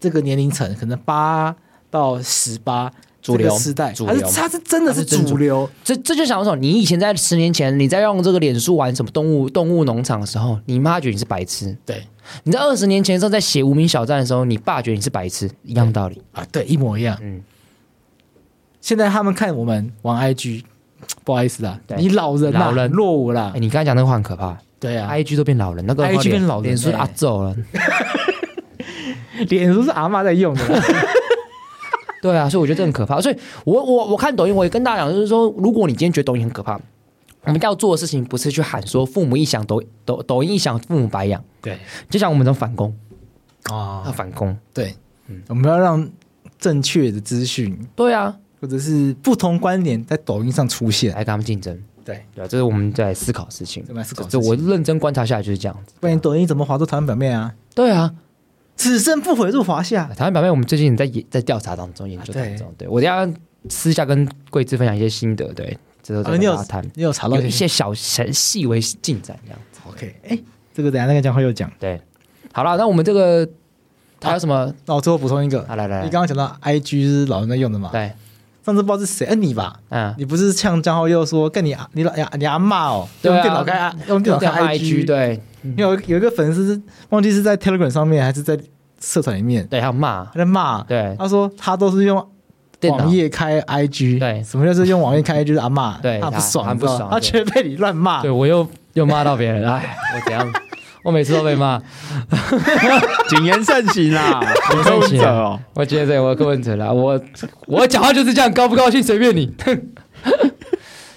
这个年龄层，可能八到十八
主流
时代，
主
他是
流
他是真的是主流，
这这就想说，你以前在十年前你在用这个脸书玩什么动物动物农场的时候，你妈觉得你是白痴；
对
你在二十年前的时候在写无名小站的时候，你爸觉得你是白痴，一样道理。
啊，对，一模一样。
嗯
现在他们看我们玩 IG，不好意思啊，
对
你老人啦，
老人
落伍啦
哎，，你刚才讲那个话很可怕
对啊，
，IG 都变老人，那个
IG 变老人欸
脸书
对
阿走了。
脸书是阿妈在用的啦，
对啊，所以我觉得这很可怕。所以我我我看抖音，我也跟大家讲，就是说，如果你今天觉得抖音很可怕，我
嗯
们要做的事情不是去喊说父母一想抖抖抖音一想父母白养，
[laughs] 对
就像我们这种反攻，要
啊，
反攻。
对，我们要让正确的资讯
对啊，
或者是不同观点在抖音上出现
来，跟他们竞争。
对，
对啊，这是我们在思考的事情
这。蛮思考的
这
事情。
我认真观察下来就是这样子。
不然抖音怎么滑出台湾表面啊？
对啊，
此生不悔入华夏。
台湾表妹，我们最近在也在调查当中、研究
啊
当中。对我等一下私下跟桂枝分享一些心得，对，之后
啊，
再跟
你
大
有
家谈，
你有查到
有一些小小细微进展这样子。
OK，哎、这个等一下那个将会有讲。
对，好了，那我们这个还有什么？
那我最后补充一个，
啊，来来
啊你
来，
刚刚讲到 IG 是老人在用的嘛？
对，
上次不知道是谁，哎、你吧？
嗯，
你不是呛江浩佑说跟你啊你老你啊你阿骂哦，
对
用
啊
电脑开用电脑开
IG，对
因为有有一个粉丝是忘记是在 Telegram 上面还是在社团里面，
对，还有骂
他，在骂，
对
他说他都是用
电脑
网，页开 IG，
对
什么就是用网页开 IG 就是阿骂，
对
他不爽，
他
你知道吗
他不爽
他觉得被你乱骂
对，我又又骂到别人，哎，我怎样？我每次都被骂，
谨言慎行啊
[laughs]
啦，
言慎行
者哦，
我觉得对我柯文哲啦，我我讲话就是这样，高不高兴随便你。 [laughs]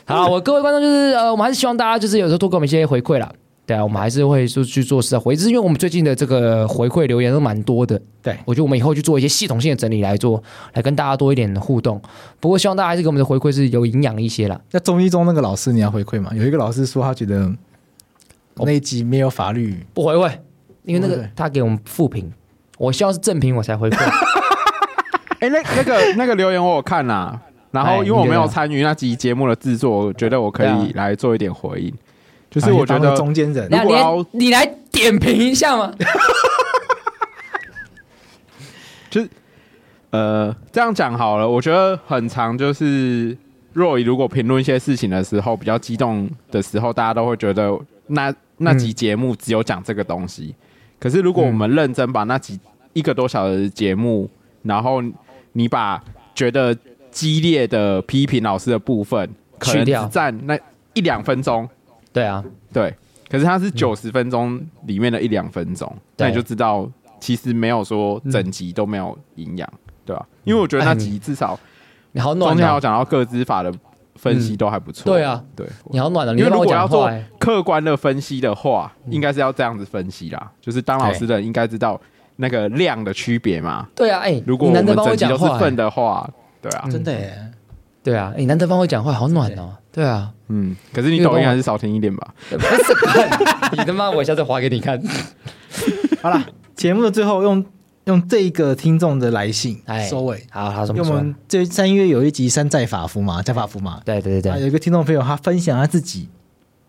好啦，我各位观众就是呃，我们还是希望大家就是有时候多给我们一些回馈啦。对啊，我们还是会就去做事啊，回，就是因为我们最近的这个回馈留言都蛮多的。
对
我觉得我们以后去做一些系统性的整理来做，来跟大家多一点的互动。不过希望大家还是给我们的回馈是有营养一些啦。
那中医中那个老师你要回馈嘛？有一个老师说他觉得
哦
那一集没有法律，
不回馈，因为那
不回
个
馈
他给我们负评，我希望是正评我才回馈。
哎、那那个那个留言我有看啦，然后因为我没有参与那集节目的制作，我觉得我可以来做一点回应，就
就是
我觉得
中间人
[laughs] 如
那
果要
你你来点评一下嘛？
就是呃这样讲好了，我觉得很长就是若雨如果评论一些事情的时候，比较激动的时候，大家都会觉得那那集节目只有讲这个东西，可是如果我们认真把那几一个多小时的节目，然后你把觉得激烈的批评老师的部分，可
去
能
掉
只占那一两分钟，
对啊，
对，可是它是九十分钟里面的一两分钟，那你
对
就知道其实没有说整集都没有营养，对吧、因为我觉得那集至少
你好
中
嗯暖
间还
哦
有讲到各资法的分析都还不错、
对啊，
对。
你好暖了，你
因为
让
如
我
果要
讲
做
话、欸。嗯
客观的分析的话，应该是要这样子分析啦，就是当老师的人应该知道那个量的区别嘛。
对啊，哎、
如果
你
我
难
们
得帮
整集
讲
都
话、
是
欸
份，的话，对
嗯
啊，
真的耶，
对啊，哎、你难得帮我讲话，好暖哦。对啊，
嗯。可是你
因为
抖音
帮我
还是少听一点吧。
不是，你他妈，我下次划给你
[laughs]
看。
好啦，节目的最后用用这一个听众的来信
哎
收尾，
好，他怎
因为
么
我
说？
们这三月有一集山寨法夫嘛，加法夫嘛，
对对对对，
啊，有一个听众朋友他分享他自己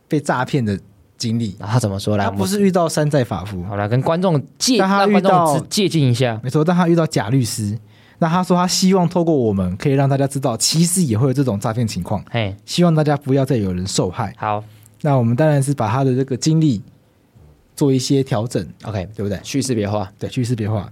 被诈骗的经历，
然后他怎么说？来，
他
我们
不是遇到山寨法夫，
好了，跟观众借，
但他
让观
遇到
众只借鉴一下。
没错，但他遇到假律师，那他说他希望透过我们可以让大家知道，其实也会有这种诈骗情况，
嘿，
希望大家不要再有人受害。
好
那我们当然是把他的这个经历做一些调整，
，OK，
对不对？
叙事别话。
对，去识别化。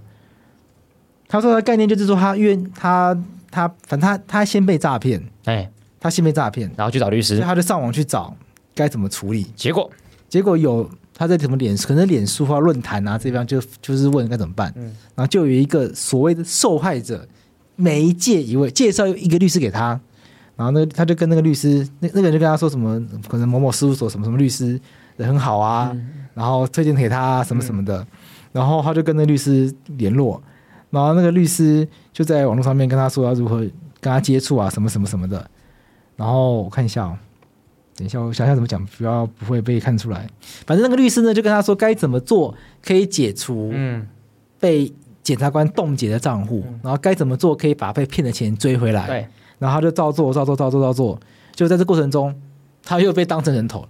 他说他的概念就是说他愿他他反正他他先被诈骗，
哎，
他先被诈骗，
然后去找律
所以
师，
他就上网去找该怎么处理。
结果
结果有他在什么脸，可能脸书啊、论坛啊这边就就是问该怎么办，然后就有一个所谓的受害者媒介一位介绍一个律师给他，然后那个他就跟那个律师，那那个人就跟他说什么，可能某某事务所什么什么律师人很好啊，然后推荐给他什么什么的，然后他就跟那律师联络，然后那个律师就在网络上面跟他说要如何跟他接触啊，什么什么什么的。然后我看一下、哦，等一下我想想怎么讲，不要不会被看出来。反正那个律师呢就跟他说该怎么做可以解除
嗯，
被检察官冻结的账户，然后该怎么做可以把被骗的钱追回来。
对，
然后他就照做，照做，照做，照做。就在这过程中，他又被当成人头了。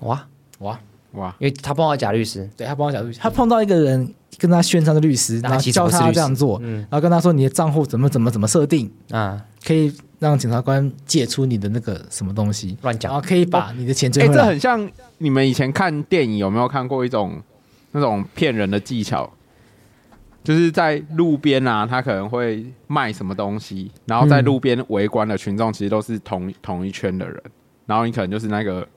哇，
哇！
哇，
因为他碰到假律师，
对他帮我讲律师，他碰到一个人跟他宣传的律师，然
那他
后
其实
教
不是
他
律
这样
师
做，
嗯
然后跟他说你的账户怎么怎么怎么设定，
啊，
可以让检察官解除你的那个什么东西，
乱
然
讲哦
后，可以把你的钱追
哎、
回
这
来。
很像你们以前看电影有没有看过一种那种骗人的技巧？就是在路边啊，他可能会卖什么东西，然后在路边围观的群众其实都是同同一圈的人，然后你可能就是那个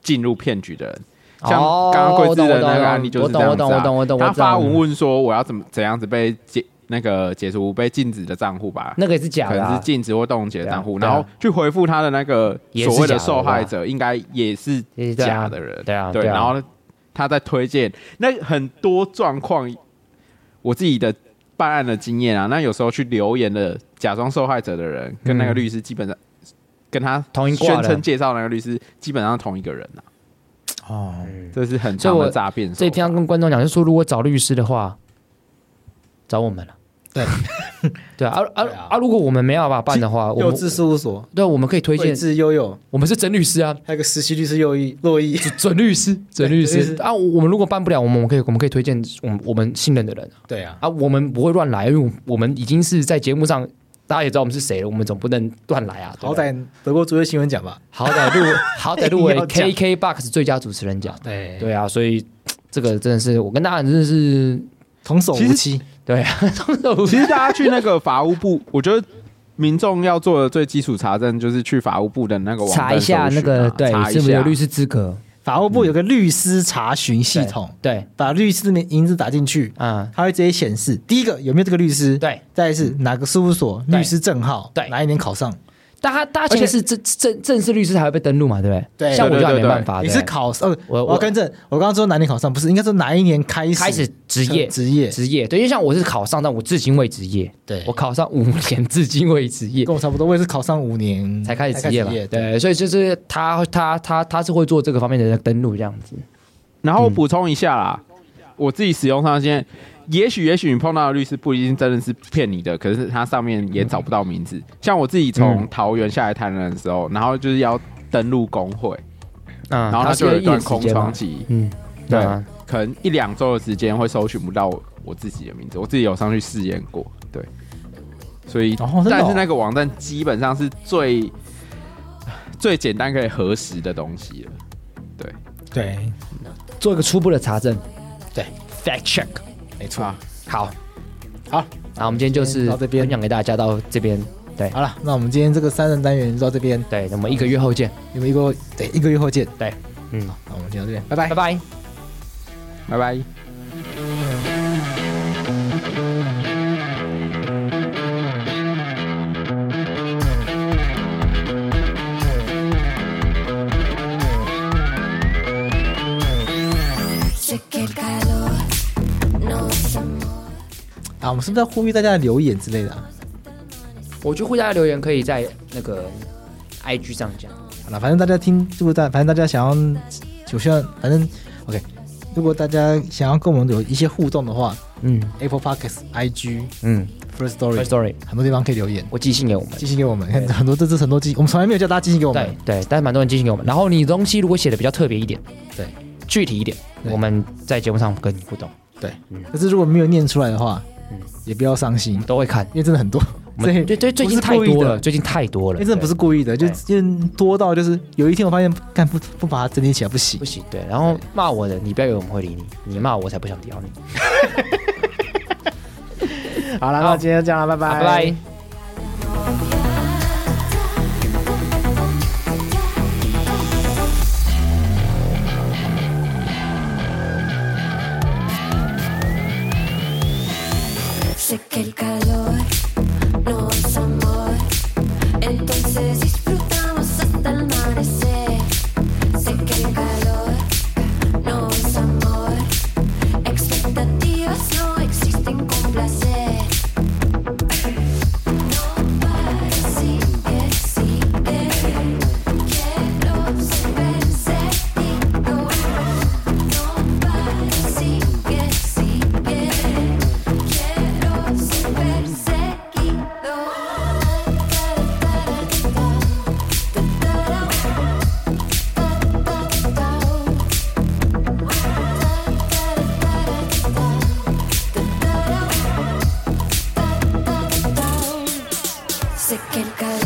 进入骗局的人。像
哦
刚刚桂枝的那个案例就
我
是这
哦懂，我
样子、
懂，我
啊
懂，我懂，我懂，我
他
知道
发文问说我要怎么怎样子被解那个解除被禁止的账户吧，
那个也是假
可
的
能
啊、
是禁止或冻结的账户，
对啊
然后去回复他的那个
也是
所谓
假的啊
的受害者，应该也是
也是对啊
假的人，
对啊
对，
对啊
然后他在推荐，那很多状况，我自己的办案的经验啊，那有时候去留言的假装受害者的人，跟那个律师基本上跟他
嗯同一挂
宣
的
称介绍那个律师基本上同一个人啊，
哦，
这是很
嗯所以
长
我
的诈骗手法，
所以平常跟观众讲，就说如果找律师的话，找我们了。
对
[laughs] 对啊，啊
对啊
啊啊！如果我们没有办法办的话，哦我
幼
们
稚事务所，
对，我们可以推
桂
荐，
智悠悠，
我们是真律师啊，
还有个实习律师右翼洛伊，
准律师，准律
准律
师
师
啊。我我们如果办不了，我们我们可以我们可以推荐我们我们信任的人啊
对啊，
啊，我们不会乱来，因为我们已经是在节目上。大家也知道我们是谁了，我们总不能乱来啊！对
好
不对
歹德国足球新闻奖吧，
好歹入好歹入围
要讲
KK Box 最佳主持人奖，
对，
对啊，所以这个真的是我跟大家真的是
童叟
其
无
实
欺，
对啊，
[laughs] 其实大家去那个法务部，我觉得民众要做的最基础查证就是去法务部的那个网站
查一下
搜寻
那
啊
个对
查一
是不是
下
有律师资格
法务部有个律师查询系统，
对
把律师的名名字打进去，
啊
它会直接显示第一个有没有这个律师，
对，
再来是哪个事务所
对
律师证号，
对
哪一年考上？
大家大家其实是正正正式律师才会被登录嘛，对不对？
对
像我
对
就
对
还没
对
办法，
你
对
是考呃，
我
我
我
要更正，我刚刚说哪一年考上不是，应该说哪一年开始
开始职业
职业，
职业，对，因为像我是考上，但我至今未职业，
对
我考上五年，至今未职业
[laughs] 跟。我差不多，我也是考上五年
才开始职业吧，
对，
对，所以就是他他他他是会做这个方面的登录这样子，
然后补充一下啦，我自己使用上现在，也许也许你碰到的律师不一定真的是骗你的，可是他上面也找不到名字。
嗯
像我自己从桃园下来台南的时候，然后就是要登录工会，
嗯，
然后
他
他
是
就有一段
时
空
间嘛
窗，期，
嗯，
对
啊，
可能一两周的时间会搜寻不到我自己的名字，我自己有上去试验过，对，所以、
哦真的哦
但是那个网站基本上是最最简单可以核实的东西了，对，
对，
做一个初步的查证，
对
，fact check，
没错。
好，
好，
那我们今天就是
到这边
分享给大家到这边，对
好了，那我们今天这个三人单元就到这边，
对，那么一个月后见，
你们一个对一个月后见，
对，嗯，
那我们今天到这边，拜拜
拜。拜。
拜拜。
Sé que el calor no se mueve.
啊，我们是不是要呼吁大家留言之类的啊？
我觉得互加留言可以在那个 IG 上讲，
好了，反正大家听，如果大反正大家想要，就希望反正 OK，如果大家想要跟我们有一些互动的话
嗯
，Apple Podcasts、IG、
嗯
First
，First
Story，
Story，
很多地方可以留言，
我寄信给我们。
寄信给我们。很多这次很多寄，我们从来没有叫大家寄信给我
对
们。
对，但是蛮多人寄信给我们。然后你东西如果写的比较特别一点，
对，
具体一点，
对
我们在节目上跟你互动，
对，可是如果没有念出来的话，也不要伤心，
都会看。
因为真的很多，
我
所以
们对对，最
不
近
是
太
故意
多
的哎
了，，最近太多了，
因为真的不是故意的，就
对
就多到就是有一天我发现，干不不把它整理起来不行
不。行。对，然后骂我的，你不要以为我们会理你，你骂我才不想屌你。
好了，
好
那今天就这样了，拜
拜
拜，
拜。
Sé que el calor no se mueve. Entonces disfrutamos hasta el amanecer. Sé que el calor no es amor. Expectativas no existen con placer. No pares si decide. Quiero ser vencido. No pares sigue, sigue. Quiero ser perseguido. Sé que el calor